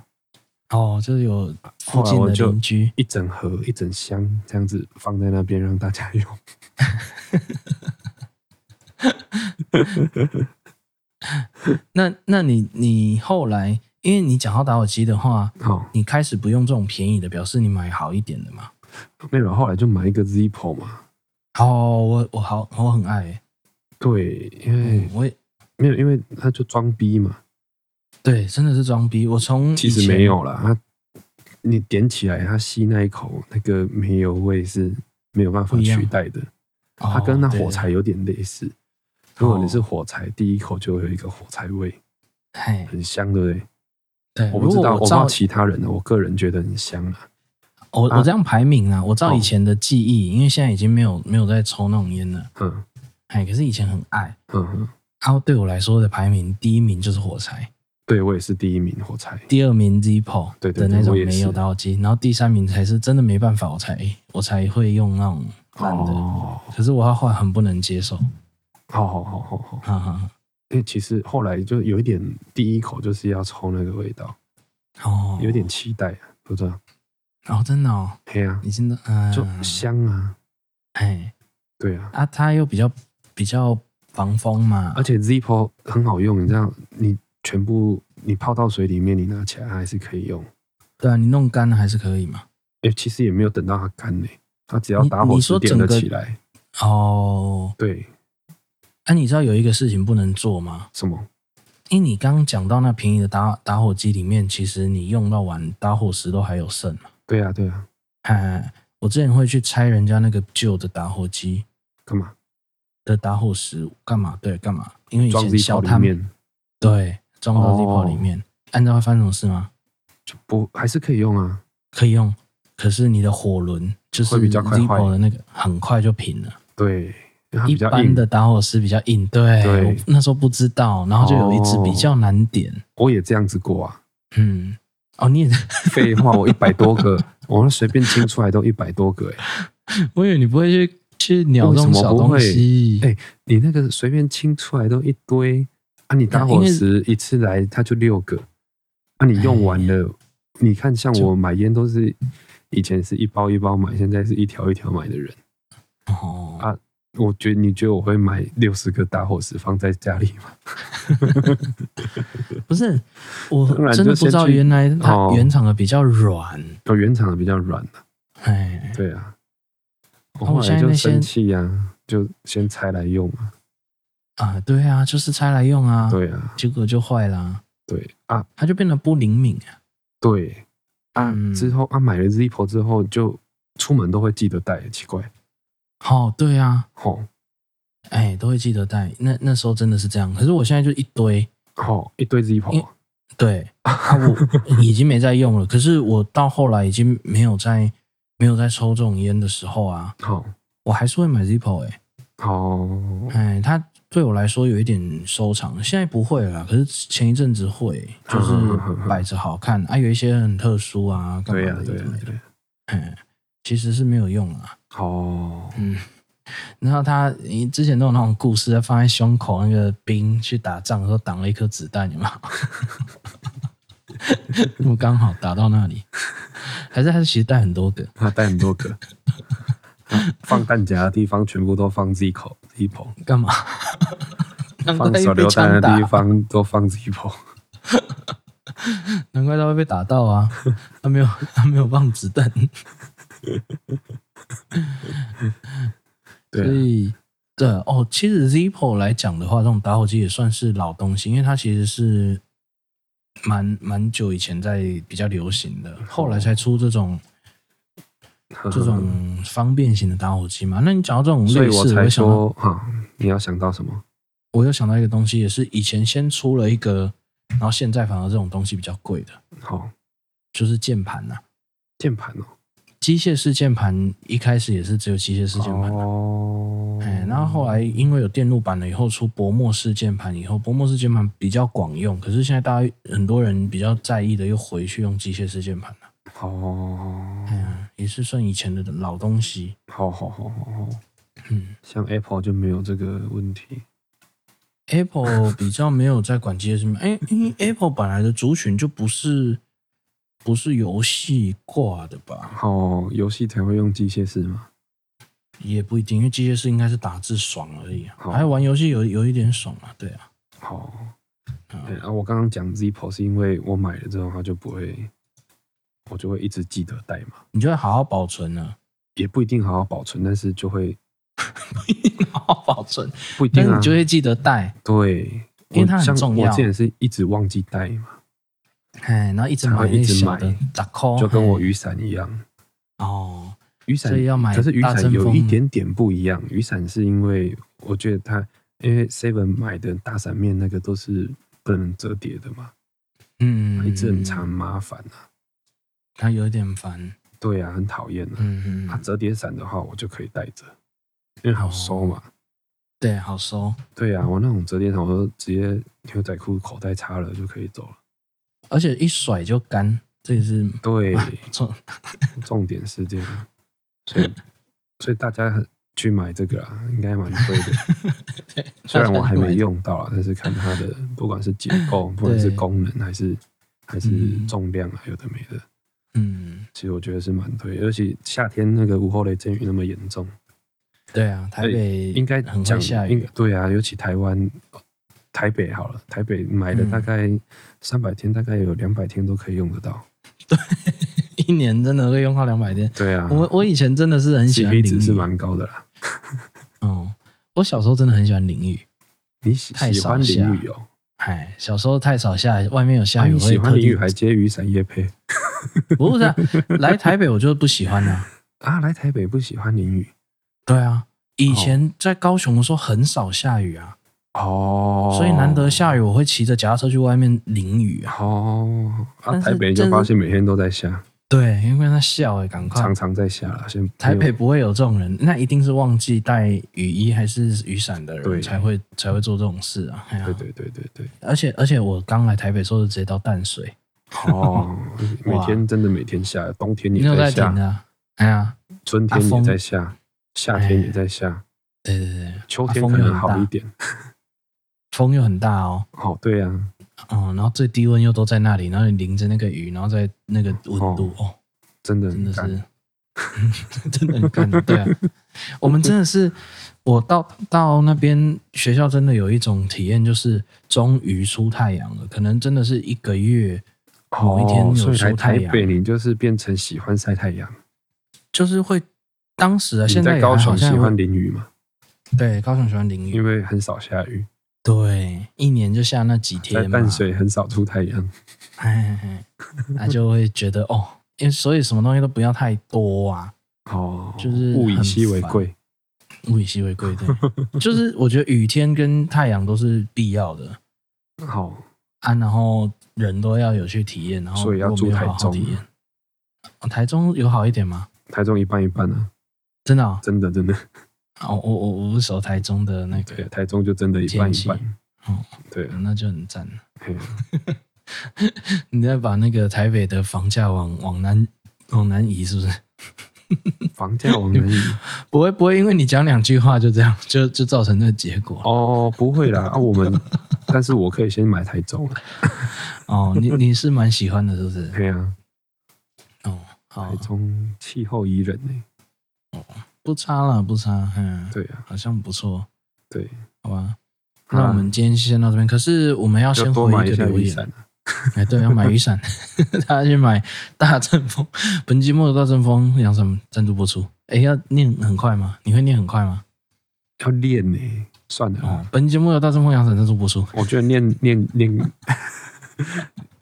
Speaker 1: 哦，就是有附近
Speaker 3: 后来我
Speaker 1: 的
Speaker 3: 就
Speaker 1: 邻居，
Speaker 3: 一整盒一整箱这样子放在那边让大家用。
Speaker 1: 那那你你后来，因为你讲到打火机的话，
Speaker 3: 好、
Speaker 1: 你开始不用这种便宜的，表示你买好一点的嘛。
Speaker 3: 没有，后来就买一个 Zippo 嘛。
Speaker 1: 哦，我我好我很爱、欸，
Speaker 3: 对，因为、
Speaker 1: 嗯，我也
Speaker 3: 没有，因为他就装逼嘛，
Speaker 1: 对，真的是装逼。我从
Speaker 3: 其
Speaker 1: 以
Speaker 3: 实
Speaker 1: 前哦
Speaker 3: 没有啦。他你点起来，他吸那一口那个煤油味是没有办法
Speaker 1: 不一样
Speaker 3: 取代的。
Speaker 1: 哦
Speaker 3: 它跟那
Speaker 1: 对
Speaker 3: 火柴有点类
Speaker 1: 哦
Speaker 3: 似。如果你是火柴，第一口就会有一个火柴味，
Speaker 1: 嘿，
Speaker 3: 很香，对不对？
Speaker 1: 对，
Speaker 3: 我不知道，
Speaker 1: 如果
Speaker 3: 我不
Speaker 1: 我
Speaker 3: 知道
Speaker 1: 照
Speaker 3: 其他人的，我个人觉得很香啊。
Speaker 1: 我
Speaker 3: 啊
Speaker 1: 我这样排名啊，我照
Speaker 3: 哦
Speaker 1: 以前的记忆，因为现在已经没有没有在抽那种烟了，
Speaker 3: 嗯
Speaker 1: 哎，可是以前很爱。
Speaker 3: 嗯嗯，
Speaker 1: 然后对我来说的排名，第一名就是火柴，
Speaker 3: 对我也是第一名火柴。
Speaker 1: 第二名 Zippo
Speaker 3: 对对
Speaker 1: 的
Speaker 3: 对
Speaker 1: 那种
Speaker 3: 我也
Speaker 1: 没有
Speaker 3: 是
Speaker 1: 打火机，然后第三名才是真的没办法，我才我才会用那种烂的。
Speaker 3: 哦，
Speaker 1: 可是我画画很不能接受，
Speaker 3: 好好好好好。
Speaker 1: 哈哈哈。
Speaker 3: 因为其实后来就有一点，第一口就是要抽那个味道，
Speaker 1: 哦，
Speaker 3: 有点期待啊，不知道。
Speaker 1: 哦，真的哦，
Speaker 3: 嘿啊，
Speaker 1: 你真的嗯，
Speaker 3: 就香啊，
Speaker 1: 哎
Speaker 3: 对啊。
Speaker 1: 啊，它又比较比较防风嘛，
Speaker 3: 而且 Zippo 很好用，你知道，你全部你泡到水里面，你拿起来它还是可以用。
Speaker 1: 对啊，你弄干了还是可以嘛。
Speaker 3: 哎、其实也没有等到它干呢、它只要
Speaker 1: 你
Speaker 3: 打火
Speaker 1: 你
Speaker 3: 石
Speaker 1: 说
Speaker 3: 点
Speaker 1: 整
Speaker 3: 了
Speaker 1: 个
Speaker 3: 起来。
Speaker 1: 哦，
Speaker 3: 对，
Speaker 1: 哎、你知道有一个事情不能做吗？
Speaker 3: 什么？
Speaker 1: 因为你刚刚讲到那便宜的打打火机里面，其实你用到完打火石都还有剩嘛。
Speaker 3: 对啊，对啊，
Speaker 1: 哎，我之前会去拆人家那个旧的打火机
Speaker 3: 干嘛？
Speaker 1: 的打火石干嘛？对，干嘛？因为以
Speaker 3: 装
Speaker 1: 前
Speaker 3: Zippo
Speaker 1: 小
Speaker 3: 里
Speaker 1: 探
Speaker 3: 面
Speaker 1: 对装到
Speaker 3: 哦
Speaker 1: Zippo 里面，按照会发生什么事吗？
Speaker 3: 就不还是可以用啊？
Speaker 1: 可以用，可是你的火轮就是
Speaker 3: 会比较快坏
Speaker 1: Zippo 的那个很快就平了。
Speaker 3: 对，因为它
Speaker 1: 一
Speaker 3: 比较
Speaker 1: 般
Speaker 3: 硬
Speaker 1: 的打火石比较硬，对，
Speaker 3: 对
Speaker 1: 我那时候不知道，然后就有一支比较难点，
Speaker 3: 我也这样子过啊。
Speaker 1: 嗯，哦，你也，
Speaker 3: 废话，我一百多个，我随便清出来都一百多个、欸。
Speaker 1: 我以为你不会去去鸟这种
Speaker 3: 为什
Speaker 1: 小
Speaker 3: 么不
Speaker 1: 东
Speaker 3: 会
Speaker 1: 西，
Speaker 3: 哎你那个随便清出来都一堆啊！你打火石一次来它就六个，啊，你用完
Speaker 1: 哎
Speaker 3: 了，你看像我买烟都是以前是一包一包买，现在是一条一条买的人。哎
Speaker 1: 哦，
Speaker 3: 我觉得你觉得我会买六十个打火石放在家里吗？
Speaker 1: 不是，我
Speaker 3: 当然
Speaker 1: 真的不
Speaker 3: 就
Speaker 1: 知
Speaker 3: 先
Speaker 1: 道
Speaker 3: 去
Speaker 1: 原来它
Speaker 3: 哦
Speaker 1: 原厂的比较软，
Speaker 3: 有原厂的比较软啊
Speaker 1: 哎，
Speaker 3: 对啊，我
Speaker 1: 啊我
Speaker 3: 后
Speaker 1: 现
Speaker 3: 来
Speaker 1: 在
Speaker 3: 就
Speaker 1: 那些
Speaker 3: 生气呀、就先拆来用啊。
Speaker 1: 啊，对啊，就是拆来用啊，
Speaker 3: 对啊，
Speaker 1: 结果就坏啦，
Speaker 3: 对啊，
Speaker 1: 它就变得不灵敏啊，
Speaker 3: 对啊。
Speaker 1: 嗯
Speaker 3: 之后啊，买了 Zippo 之后，就出门都会记得带，奇怪。
Speaker 1: 哦，对啊，
Speaker 3: 吼
Speaker 1: 哎，都会记得带，那那时候真的是这样，可是我现在就一堆。
Speaker 3: 吼，一堆
Speaker 1: 因
Speaker 3: Zippo，
Speaker 1: 对，啊， 我已经没在用了。可是我到后来已经没有在没有在抽这种烟的时候啊，
Speaker 3: 好
Speaker 1: 我还是会买 Zippo 哎、
Speaker 3: 好
Speaker 1: 哎，它对我来说有一点收藏，现在不会了啦。可是前一阵子会， 就是摆着好看啊，有一些很特殊啊，干
Speaker 3: 对
Speaker 1: 嘛
Speaker 3: 呀
Speaker 1: 的
Speaker 3: 对呀
Speaker 1: 有的没的
Speaker 3: 对呀，
Speaker 1: 哎，其实是没有用啊。
Speaker 3: 好
Speaker 1: 嗯，然后他你之前都有那种故事，放在胸口那个兵去打仗的时候挡了一颗子弹，有 没有？那么刚好打到那里，还是他其实带很多个？
Speaker 3: 他带很多个，放弹夹的地方全部都放 Z 口 Z 口，
Speaker 1: 干嘛？难怪
Speaker 3: 放手
Speaker 1: 被
Speaker 3: 榴弹
Speaker 1: 枪
Speaker 3: 的
Speaker 1: 打
Speaker 3: 地，方都放 Z 口。
Speaker 1: 难怪他会被打到啊！他没有，他没有放子弹，所
Speaker 3: 对啊，
Speaker 1: 以对哦，其实 Zippo 来讲的话，这种打火机也算是老东西，因为它其实是蛮蛮久以前在比较流行的，后来才出这种这种方便型的打火机嘛。那你讲到这种
Speaker 3: 嗯呃所以
Speaker 1: 类
Speaker 3: 我
Speaker 1: 似，我
Speaker 3: 才
Speaker 1: 就想到，
Speaker 3: 说哈，你要想到什么？
Speaker 1: 我又想到一个东西，也是以前先出了一个，然后现在反而这种东西比较贵的，
Speaker 3: 好，
Speaker 1: 就是键盘呐、
Speaker 3: 键盘哦，
Speaker 1: 机械式键盘一开始也是只有机械式键盘啊、
Speaker 3: 哦，
Speaker 1: 哎，然后后来因为有电路板了以后，出薄膜式键盘以后，薄膜式键盘比较广用，可是现在大家很多人比较在意的又回去用机械式键盘了。
Speaker 3: 哦，
Speaker 1: 哎呀，也是算以前的老东西。
Speaker 3: 好好好好好，
Speaker 1: 嗯
Speaker 3: 像 Apple 就没有这个问题。
Speaker 1: ，Apple 比较没有在管机械式键盘，哎，因为 Apple 本来的族群就不是不是游戏挂的吧？
Speaker 3: 好，游戏才会用机械式嘛。
Speaker 1: 也不一定，因为机械式应该是打字爽而已、啊，
Speaker 3: 好
Speaker 1: 还有玩游戏有有一点爽啊，对啊，
Speaker 3: 好，
Speaker 1: 啊
Speaker 3: 对啊，我刚刚讲 Zippo 是因为我买了之后，它就不会，我就会一直记得带嘛，
Speaker 1: 你就会好好保存啊 了，
Speaker 3: 也不一定好好保存，但是就会
Speaker 1: 好好保存，
Speaker 3: 不一定
Speaker 1: 但是
Speaker 3: 啊
Speaker 1: 你，就会记得带。
Speaker 3: 对，
Speaker 1: 因为它
Speaker 3: 我
Speaker 1: 很
Speaker 3: 像
Speaker 1: 重
Speaker 3: 我
Speaker 1: 要
Speaker 3: 之前是一直忘记带嘛，
Speaker 1: 哎，然后一直买
Speaker 3: 才会
Speaker 1: 那
Speaker 3: 一直
Speaker 1: 小的
Speaker 3: 买，
Speaker 1: 砸扣，
Speaker 3: 就跟我
Speaker 1: 嘿
Speaker 3: 雨伞一样，
Speaker 1: 哦，
Speaker 3: 雨伞
Speaker 1: 所以要买
Speaker 3: 可是雨
Speaker 1: 大
Speaker 3: 伞
Speaker 1: 阵
Speaker 3: 有
Speaker 1: 风
Speaker 3: 一点点不一样，雨伞是因为我觉得它，因为 Seven 买的大伞面那个都是不能折叠的嘛，
Speaker 1: 嗯，
Speaker 3: 一直很长，麻烦啊，
Speaker 1: 它有一点烦，
Speaker 3: 对啊，很讨厌啊。
Speaker 1: 嗯哦
Speaker 3: 它
Speaker 1: 嗯，
Speaker 3: 折叠伞的话，我就可以带着，因为好收嘛。
Speaker 1: 对，好收，
Speaker 3: 对啊，我那种折叠伞，我都直接牛仔裤口袋插了就可以走了。
Speaker 1: 而且一甩就干，这也是
Speaker 3: 对，
Speaker 1: 重，
Speaker 3: 重点是这样，所以所以大家很去买这个啊，应该蛮贵的。 虽然我还没用到啊，但是看它的不管是结构，不管是
Speaker 1: 对
Speaker 3: 功能，还是还是
Speaker 1: 嗯
Speaker 3: 重量啊，有的没的，
Speaker 1: 嗯，
Speaker 3: 其实我觉得是蛮推。而且夏天那个午后雷阵雨那么严重，
Speaker 1: 对啊，台北
Speaker 3: 应该
Speaker 1: 很
Speaker 3: 讲
Speaker 1: 会下
Speaker 3: 应
Speaker 1: 雨，
Speaker 3: 对啊，尤其台湾、台北好了，台北买的
Speaker 1: 嗯
Speaker 3: 大概三百天，大概有两百天都可以用得到。
Speaker 1: 一年真的会用到两百天。
Speaker 3: 对啊，
Speaker 1: 我我以前真的是很喜欢
Speaker 3: CP
Speaker 1: 淋
Speaker 3: 值是
Speaker 1: 雨，
Speaker 3: 蛮高的啦。
Speaker 1: 嗯，我小时候真的很喜欢淋雨，
Speaker 3: 你喜
Speaker 1: 太
Speaker 3: 喜欢
Speaker 1: 少
Speaker 3: 淋
Speaker 1: 下
Speaker 3: 雨哦？
Speaker 1: 哎，小时候太少下，外面有
Speaker 3: 啊
Speaker 1: 下雨
Speaker 3: 你
Speaker 1: 我会
Speaker 3: 喜欢
Speaker 1: 特
Speaker 3: 淋
Speaker 1: 地
Speaker 3: 雨还接雨伞叶配
Speaker 1: 不 是啊来台北我就不喜欢啊，
Speaker 3: 啊？来台北不喜欢淋雨
Speaker 1: 对啊，以前在高雄的时候很少下雨啊。
Speaker 3: 哦，
Speaker 1: 所以难得下雨，我会骑着脚踏车去外面淋雨啊。
Speaker 3: 哦。啊，
Speaker 1: 但是
Speaker 3: 台北就
Speaker 1: 真的
Speaker 3: 发现每天都在下，
Speaker 1: 对，因为他笑哎、赶快
Speaker 3: 常。常在下啦。先
Speaker 1: 台
Speaker 3: 没
Speaker 1: 北
Speaker 3: 有
Speaker 1: 不会有这种人，那一定是忘记带雨衣还是雨伞的
Speaker 3: 对
Speaker 1: 人才会才会做这种事啊。哎呀
Speaker 3: 对对对对对，
Speaker 1: 而且而且我刚来台北的时候就直接到淡水，
Speaker 3: 哦， 每
Speaker 1: 哇
Speaker 3: 天真的每天下，冬天
Speaker 1: 你
Speaker 3: 也
Speaker 1: 有在停
Speaker 3: 下，
Speaker 1: 啊？哎呀，
Speaker 3: 春天
Speaker 1: 啊
Speaker 3: 也
Speaker 1: 风
Speaker 3: 在下，夏天也在下，
Speaker 1: 对对对，
Speaker 3: 秋
Speaker 1: 啊
Speaker 3: 天
Speaker 1: 风
Speaker 3: 可
Speaker 1: 又
Speaker 3: 能
Speaker 1: 很
Speaker 3: 好
Speaker 1: 大
Speaker 3: 一点。
Speaker 1: 风又很大哦，
Speaker 3: 哦，对啊，
Speaker 1: 哦，然后最低温又都在那里，然后你淋着那个雨，然后在那个温度，哦，
Speaker 3: 真的
Speaker 1: 真的
Speaker 3: 很干。
Speaker 1: 是， 真的很干。 对啊，我们真的是，我到到那边学校真的有一种体验，就是终于出太阳了。可能真的是一个月，某一天
Speaker 3: 哦
Speaker 1: 有
Speaker 3: 所以来
Speaker 1: 出太
Speaker 3: 台
Speaker 1: 阳
Speaker 3: 北，你就是变成喜欢晒太阳。
Speaker 1: 就是会当时啊，
Speaker 3: 你
Speaker 1: 现在
Speaker 3: 在
Speaker 1: 也还
Speaker 3: 高
Speaker 1: 好
Speaker 3: 雄喜
Speaker 1: 现在
Speaker 3: 欢淋雨嘛？
Speaker 1: 对高雄喜欢淋雨，
Speaker 3: 因为很少下雨，
Speaker 1: 对，一年就下那几
Speaker 3: 在
Speaker 1: 天嘛。
Speaker 3: 淡水很少出太阳。
Speaker 1: 哎，哎哎那就会觉得哦，因为所以什么东西都不要太多啊。
Speaker 3: 哦，
Speaker 1: 就是
Speaker 3: 物以
Speaker 1: 很
Speaker 3: 稀为
Speaker 1: 烦
Speaker 3: 贵。
Speaker 1: 物以稀为贵， 对，就是我觉得雨天跟太阳都是必要的。
Speaker 3: 好，
Speaker 1: 啊，然后人都要有去体验，然后
Speaker 3: 所以要
Speaker 1: 我没有
Speaker 3: 住台
Speaker 1: 好好体
Speaker 3: 中
Speaker 1: 验、哦台中有好一点吗？
Speaker 3: 台中一半一半啊，
Speaker 1: 真的哦，
Speaker 3: 真的真的，
Speaker 1: 哦我我我不熟台中的那个，
Speaker 3: 对，啊台中就真的一半
Speaker 1: 天
Speaker 3: 一
Speaker 1: 气
Speaker 3: 半。
Speaker 1: 哦
Speaker 3: 对啊，
Speaker 1: 那就很赞了。
Speaker 3: 嘿
Speaker 1: 你再把那个台北的房价往往南往南移，是不是？
Speaker 3: 房价往南移
Speaker 1: 不会不会，因为你讲两句话就这样，就就造成这个结果
Speaker 3: 哦，不会啦，啊，我们，但是我可以先买台中了，
Speaker 1: 哦。你你是蛮喜欢的，是不是？
Speaker 3: 对啊，
Speaker 1: 哦，好
Speaker 3: 台，中气候宜人呢、
Speaker 1: 不差了，不差，嗯，
Speaker 3: 对啊，
Speaker 1: 好像不错，
Speaker 3: 对，
Speaker 1: 好吧。那我们今天先到这边，可是我们要
Speaker 3: 要
Speaker 1: 先
Speaker 3: 多
Speaker 1: 回
Speaker 3: 买
Speaker 1: 一
Speaker 3: 一
Speaker 1: 个
Speaker 3: 下
Speaker 1: 留
Speaker 3: 雨
Speaker 1: 言，
Speaker 3: 伞啊，
Speaker 1: 哎，对，要买雨伞， 大家去买大阵风。 本期末的大阵风杨伞赞助播出。哎，要念很快吗？你会念很快吗？
Speaker 3: 要练呢、算了啦，啊
Speaker 1: 哦，本节目由大阵风杨伞赞助播出。
Speaker 3: 我觉得念念念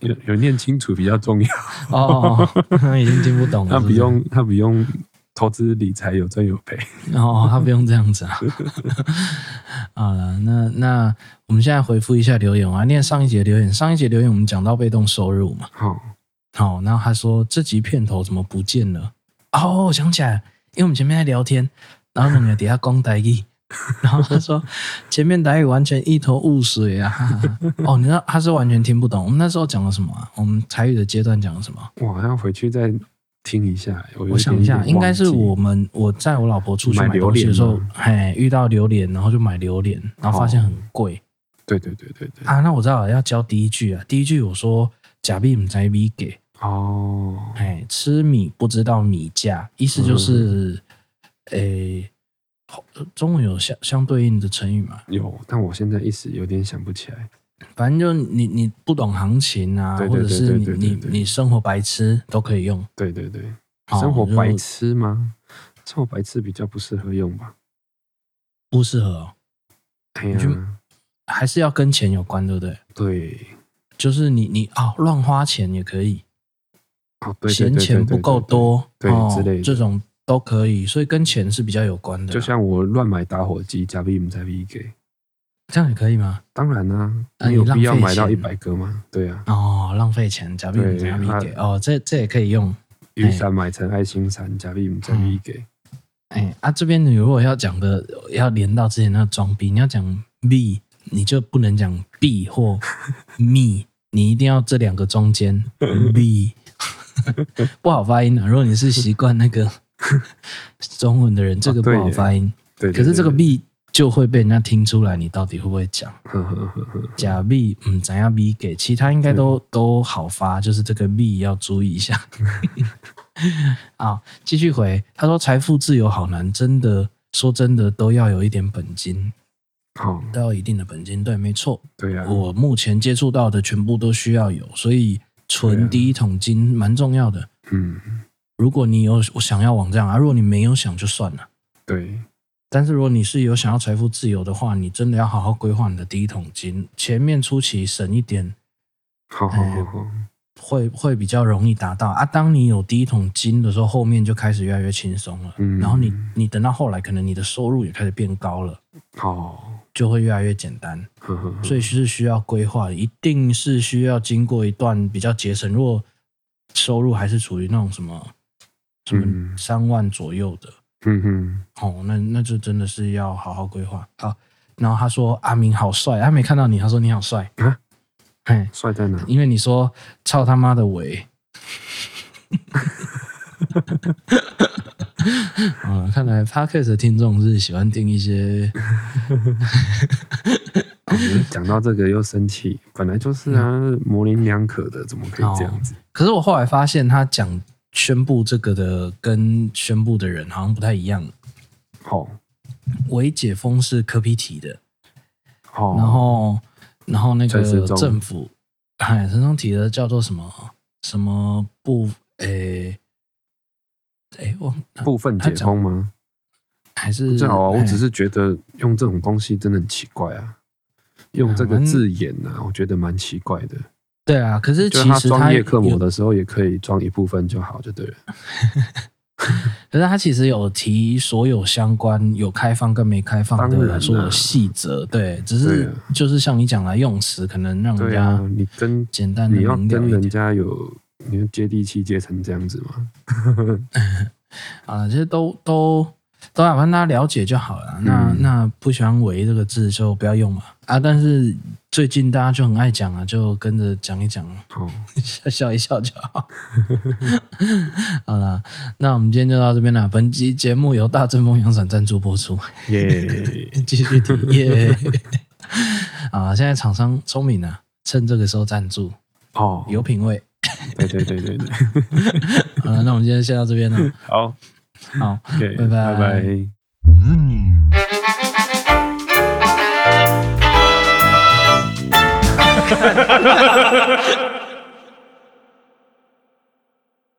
Speaker 3: 有有念清楚比较重要，
Speaker 1: 哦哦 哦，已经听不懂了。
Speaker 3: 他
Speaker 1: 是
Speaker 3: 不
Speaker 1: 是
Speaker 3: 用他不用投资理财有赚有赔，
Speaker 1: 哦，他不用这样子啊。 好了，那那我们现在回复一下留言，我来念上一节留言。上一节留言我们讲到被动收入嘛，
Speaker 3: 好、
Speaker 1: 好、然后他说这集片头怎么不见了？哦，我想起来了，因为我们前面在聊天，然后我们两个底下讲台语，然后他说前面台语完全一头雾水啊。哈哈哈哦，你知道他是完全听不懂。我们那时候讲了什么、啊？我们台语的阶段讲了什么？
Speaker 3: 我好像回去再听一下。我有
Speaker 1: 我想
Speaker 3: 点
Speaker 1: 一下，应该是
Speaker 3: 忘记
Speaker 1: 我们我在我老婆出去
Speaker 3: 买
Speaker 1: 买东西的时
Speaker 3: 榴
Speaker 1: 候
Speaker 3: 莲吗，哦
Speaker 1: 哎，遇到榴莲，然后就买榴莲，然后发现很贵、
Speaker 3: 对对对对对。
Speaker 1: 啊。那我知道了，要教第一句啊，第一句我说假币唔在米给，
Speaker 3: 哦，
Speaker 1: 哎，吃米不知道米价，意
Speaker 3: 嗯
Speaker 1: 思就是，哎、中文有相相对应的成语嘛，
Speaker 3: 有，但我现在一时有点想不起来。
Speaker 1: 反正就你你不懂行情啊，
Speaker 3: 对
Speaker 1: 或
Speaker 3: 对
Speaker 1: 者
Speaker 3: 对
Speaker 1: 是
Speaker 3: 对
Speaker 1: 你
Speaker 3: 对对
Speaker 1: 你
Speaker 3: 对
Speaker 1: 你生活白痴都可以用。
Speaker 3: 对对对，
Speaker 1: 好
Speaker 3: 生活
Speaker 1: 哦就
Speaker 3: 白痴吗？生活白痴比较不适合用吧？
Speaker 1: 不适合、哦，
Speaker 3: 哎
Speaker 1: 你去
Speaker 3: 呀，
Speaker 1: 还是要跟钱有关，对不对？
Speaker 3: 对，
Speaker 1: 就是你你哦，乱花钱也可以，
Speaker 3: 哦对，对
Speaker 1: 嫌
Speaker 3: 对
Speaker 1: 钱
Speaker 3: 对
Speaker 1: 不
Speaker 3: 对
Speaker 1: 够
Speaker 3: 对
Speaker 1: 多，
Speaker 3: 对
Speaker 1: 哦
Speaker 3: 之类的
Speaker 1: 这种都可以，所以跟钱是比较有关的啦。
Speaker 3: 就像我乱买打火机，加 V 不加 V 给。
Speaker 1: 这样也可以吗？
Speaker 3: 当然啦、
Speaker 1: 啊
Speaker 3: 你有
Speaker 1: 你浪
Speaker 3: 必要
Speaker 1: 费
Speaker 3: 买到一
Speaker 1: 钱
Speaker 3: 百个吗？对啊，
Speaker 1: 哦，浪费钱，假币
Speaker 3: 对啊
Speaker 1: 假币
Speaker 3: 它
Speaker 1: 给哦，这这也可以用。
Speaker 3: 雨伞买成爱心伞，加 V 不加 V 给。
Speaker 1: 哎啊，这边你如果要讲的要连到之前那个装逼，你要讲币，你就不能讲币或 me，你一定要这两个中 间币， 不好发音啊。如果你是习惯那个中文的人，这个不
Speaker 3: 哦对
Speaker 1: 好
Speaker 3: 耶
Speaker 1: 发音。
Speaker 3: 对，
Speaker 1: 嗯可是这个
Speaker 3: 币，
Speaker 1: 币就会被人家听出来，你到底会不会讲
Speaker 3: 呵呵呵呵
Speaker 1: 假币？嗯，怎样币给？其他应该都都好发，就是这个币要注意一 下。好，继续回，他说财富自由好难，真的说真的都要有一点本金，
Speaker 3: 好，
Speaker 1: 都要有一定的本金。对，没错，
Speaker 3: 对啊，
Speaker 1: 我目前接触到的全部都需要有，所以
Speaker 3: 对
Speaker 1: 存
Speaker 3: 啊
Speaker 1: 第一桶金蛮重要的。
Speaker 3: 嗯，
Speaker 1: 如果你有想要往这样啊，如果你没有想就算了。
Speaker 3: 对，
Speaker 1: 但是如果你是有想要财富自由的话，你真的要好好规划你的第一桶金，前面初期省一点，
Speaker 3: 好好
Speaker 1: 哎
Speaker 3: 好好。
Speaker 1: 会会比较容易达到啊。当你有第一桶金的时候，后面就开始越来越轻松了。
Speaker 3: 嗯
Speaker 1: 然后你你等到后来，可能你的收入也开始变高了，
Speaker 3: 好，
Speaker 1: 就会越来越简单。
Speaker 3: 呵呵呵
Speaker 1: 所以是需要规划的，一定是需要经过一段比较节省。如果收入还是处于那种什么什么
Speaker 3: 嗯
Speaker 1: 三万左右的，
Speaker 3: 嗯哼，
Speaker 1: 哦，那那就真的是要好好规划。好，然后他说阿明好帅，他没看到你，他说你好帅
Speaker 3: 啊，
Speaker 1: 嘿，
Speaker 3: 帅在哪？
Speaker 1: 因为你说操他妈的尾。 啊，看来 podcast 的听众是喜欢听一些
Speaker 3: 哦你讲到这个又生气，本来就是啊，
Speaker 1: 嗯
Speaker 3: 模棱两可的，怎么可以这样子？
Speaker 1: 可是我后来发现，他讲宣布这个的跟宣布的人好像不太一样。
Speaker 3: 好，
Speaker 1: 伪解封是科比提的，
Speaker 3: 好，
Speaker 1: 然后然后那
Speaker 3: 陈时
Speaker 1: 个
Speaker 3: 中
Speaker 1: 政府，哎，陈松提的叫做什么什么部？诶、诶，我
Speaker 3: 部分解封吗？
Speaker 1: 还是
Speaker 3: 最好啊，我只
Speaker 1: 哎
Speaker 3: 是觉得用这种东西真的很奇怪啊，用这个字眼啊，我觉得蛮奇怪的。
Speaker 1: 对啊。可是
Speaker 3: 就
Speaker 1: 其
Speaker 3: 是他
Speaker 1: 实
Speaker 3: 装
Speaker 1: 他
Speaker 3: 叶克膜
Speaker 1: 有
Speaker 3: 的时候，也可以装一部分就好，就对了。
Speaker 1: 可是他其实有提所有相关有开放跟没开放
Speaker 3: 当然
Speaker 1: 的
Speaker 3: 啦
Speaker 1: 所有细则，对，只是
Speaker 3: 对啊
Speaker 1: 就是像你讲的用词，可能让人
Speaker 3: 对
Speaker 1: 家
Speaker 3: 啊，你跟
Speaker 1: 简单的
Speaker 3: 你要
Speaker 1: 明了
Speaker 3: 跟
Speaker 1: 一
Speaker 3: 人
Speaker 1: 点
Speaker 3: 家有，你要接地气接成这样子吗？
Speaker 1: 啊，这些都都都啊，让大家了解就好了。
Speaker 3: 嗯
Speaker 1: 那那不喜欢“围”这个字就不要用嘛啊！但是最近大家就很爱讲啊，就跟着讲一讲，
Speaker 3: 好，
Speaker 1: 笑笑一笑就 好。好啦，那我们今天就到这边了。本集节目由大正风阳伞赞助播出，
Speaker 3: 耶，
Speaker 1: 继续体验啊！现在厂商聪明啊，趁这个时候赞助，
Speaker 3: 哦，
Speaker 1: 有品味。
Speaker 3: 对对对 对对，
Speaker 1: 好了，那我们今天先到这边了。
Speaker 3: 好
Speaker 1: 好，
Speaker 3: ，OK，
Speaker 1: 拜拜
Speaker 3: 拜拜。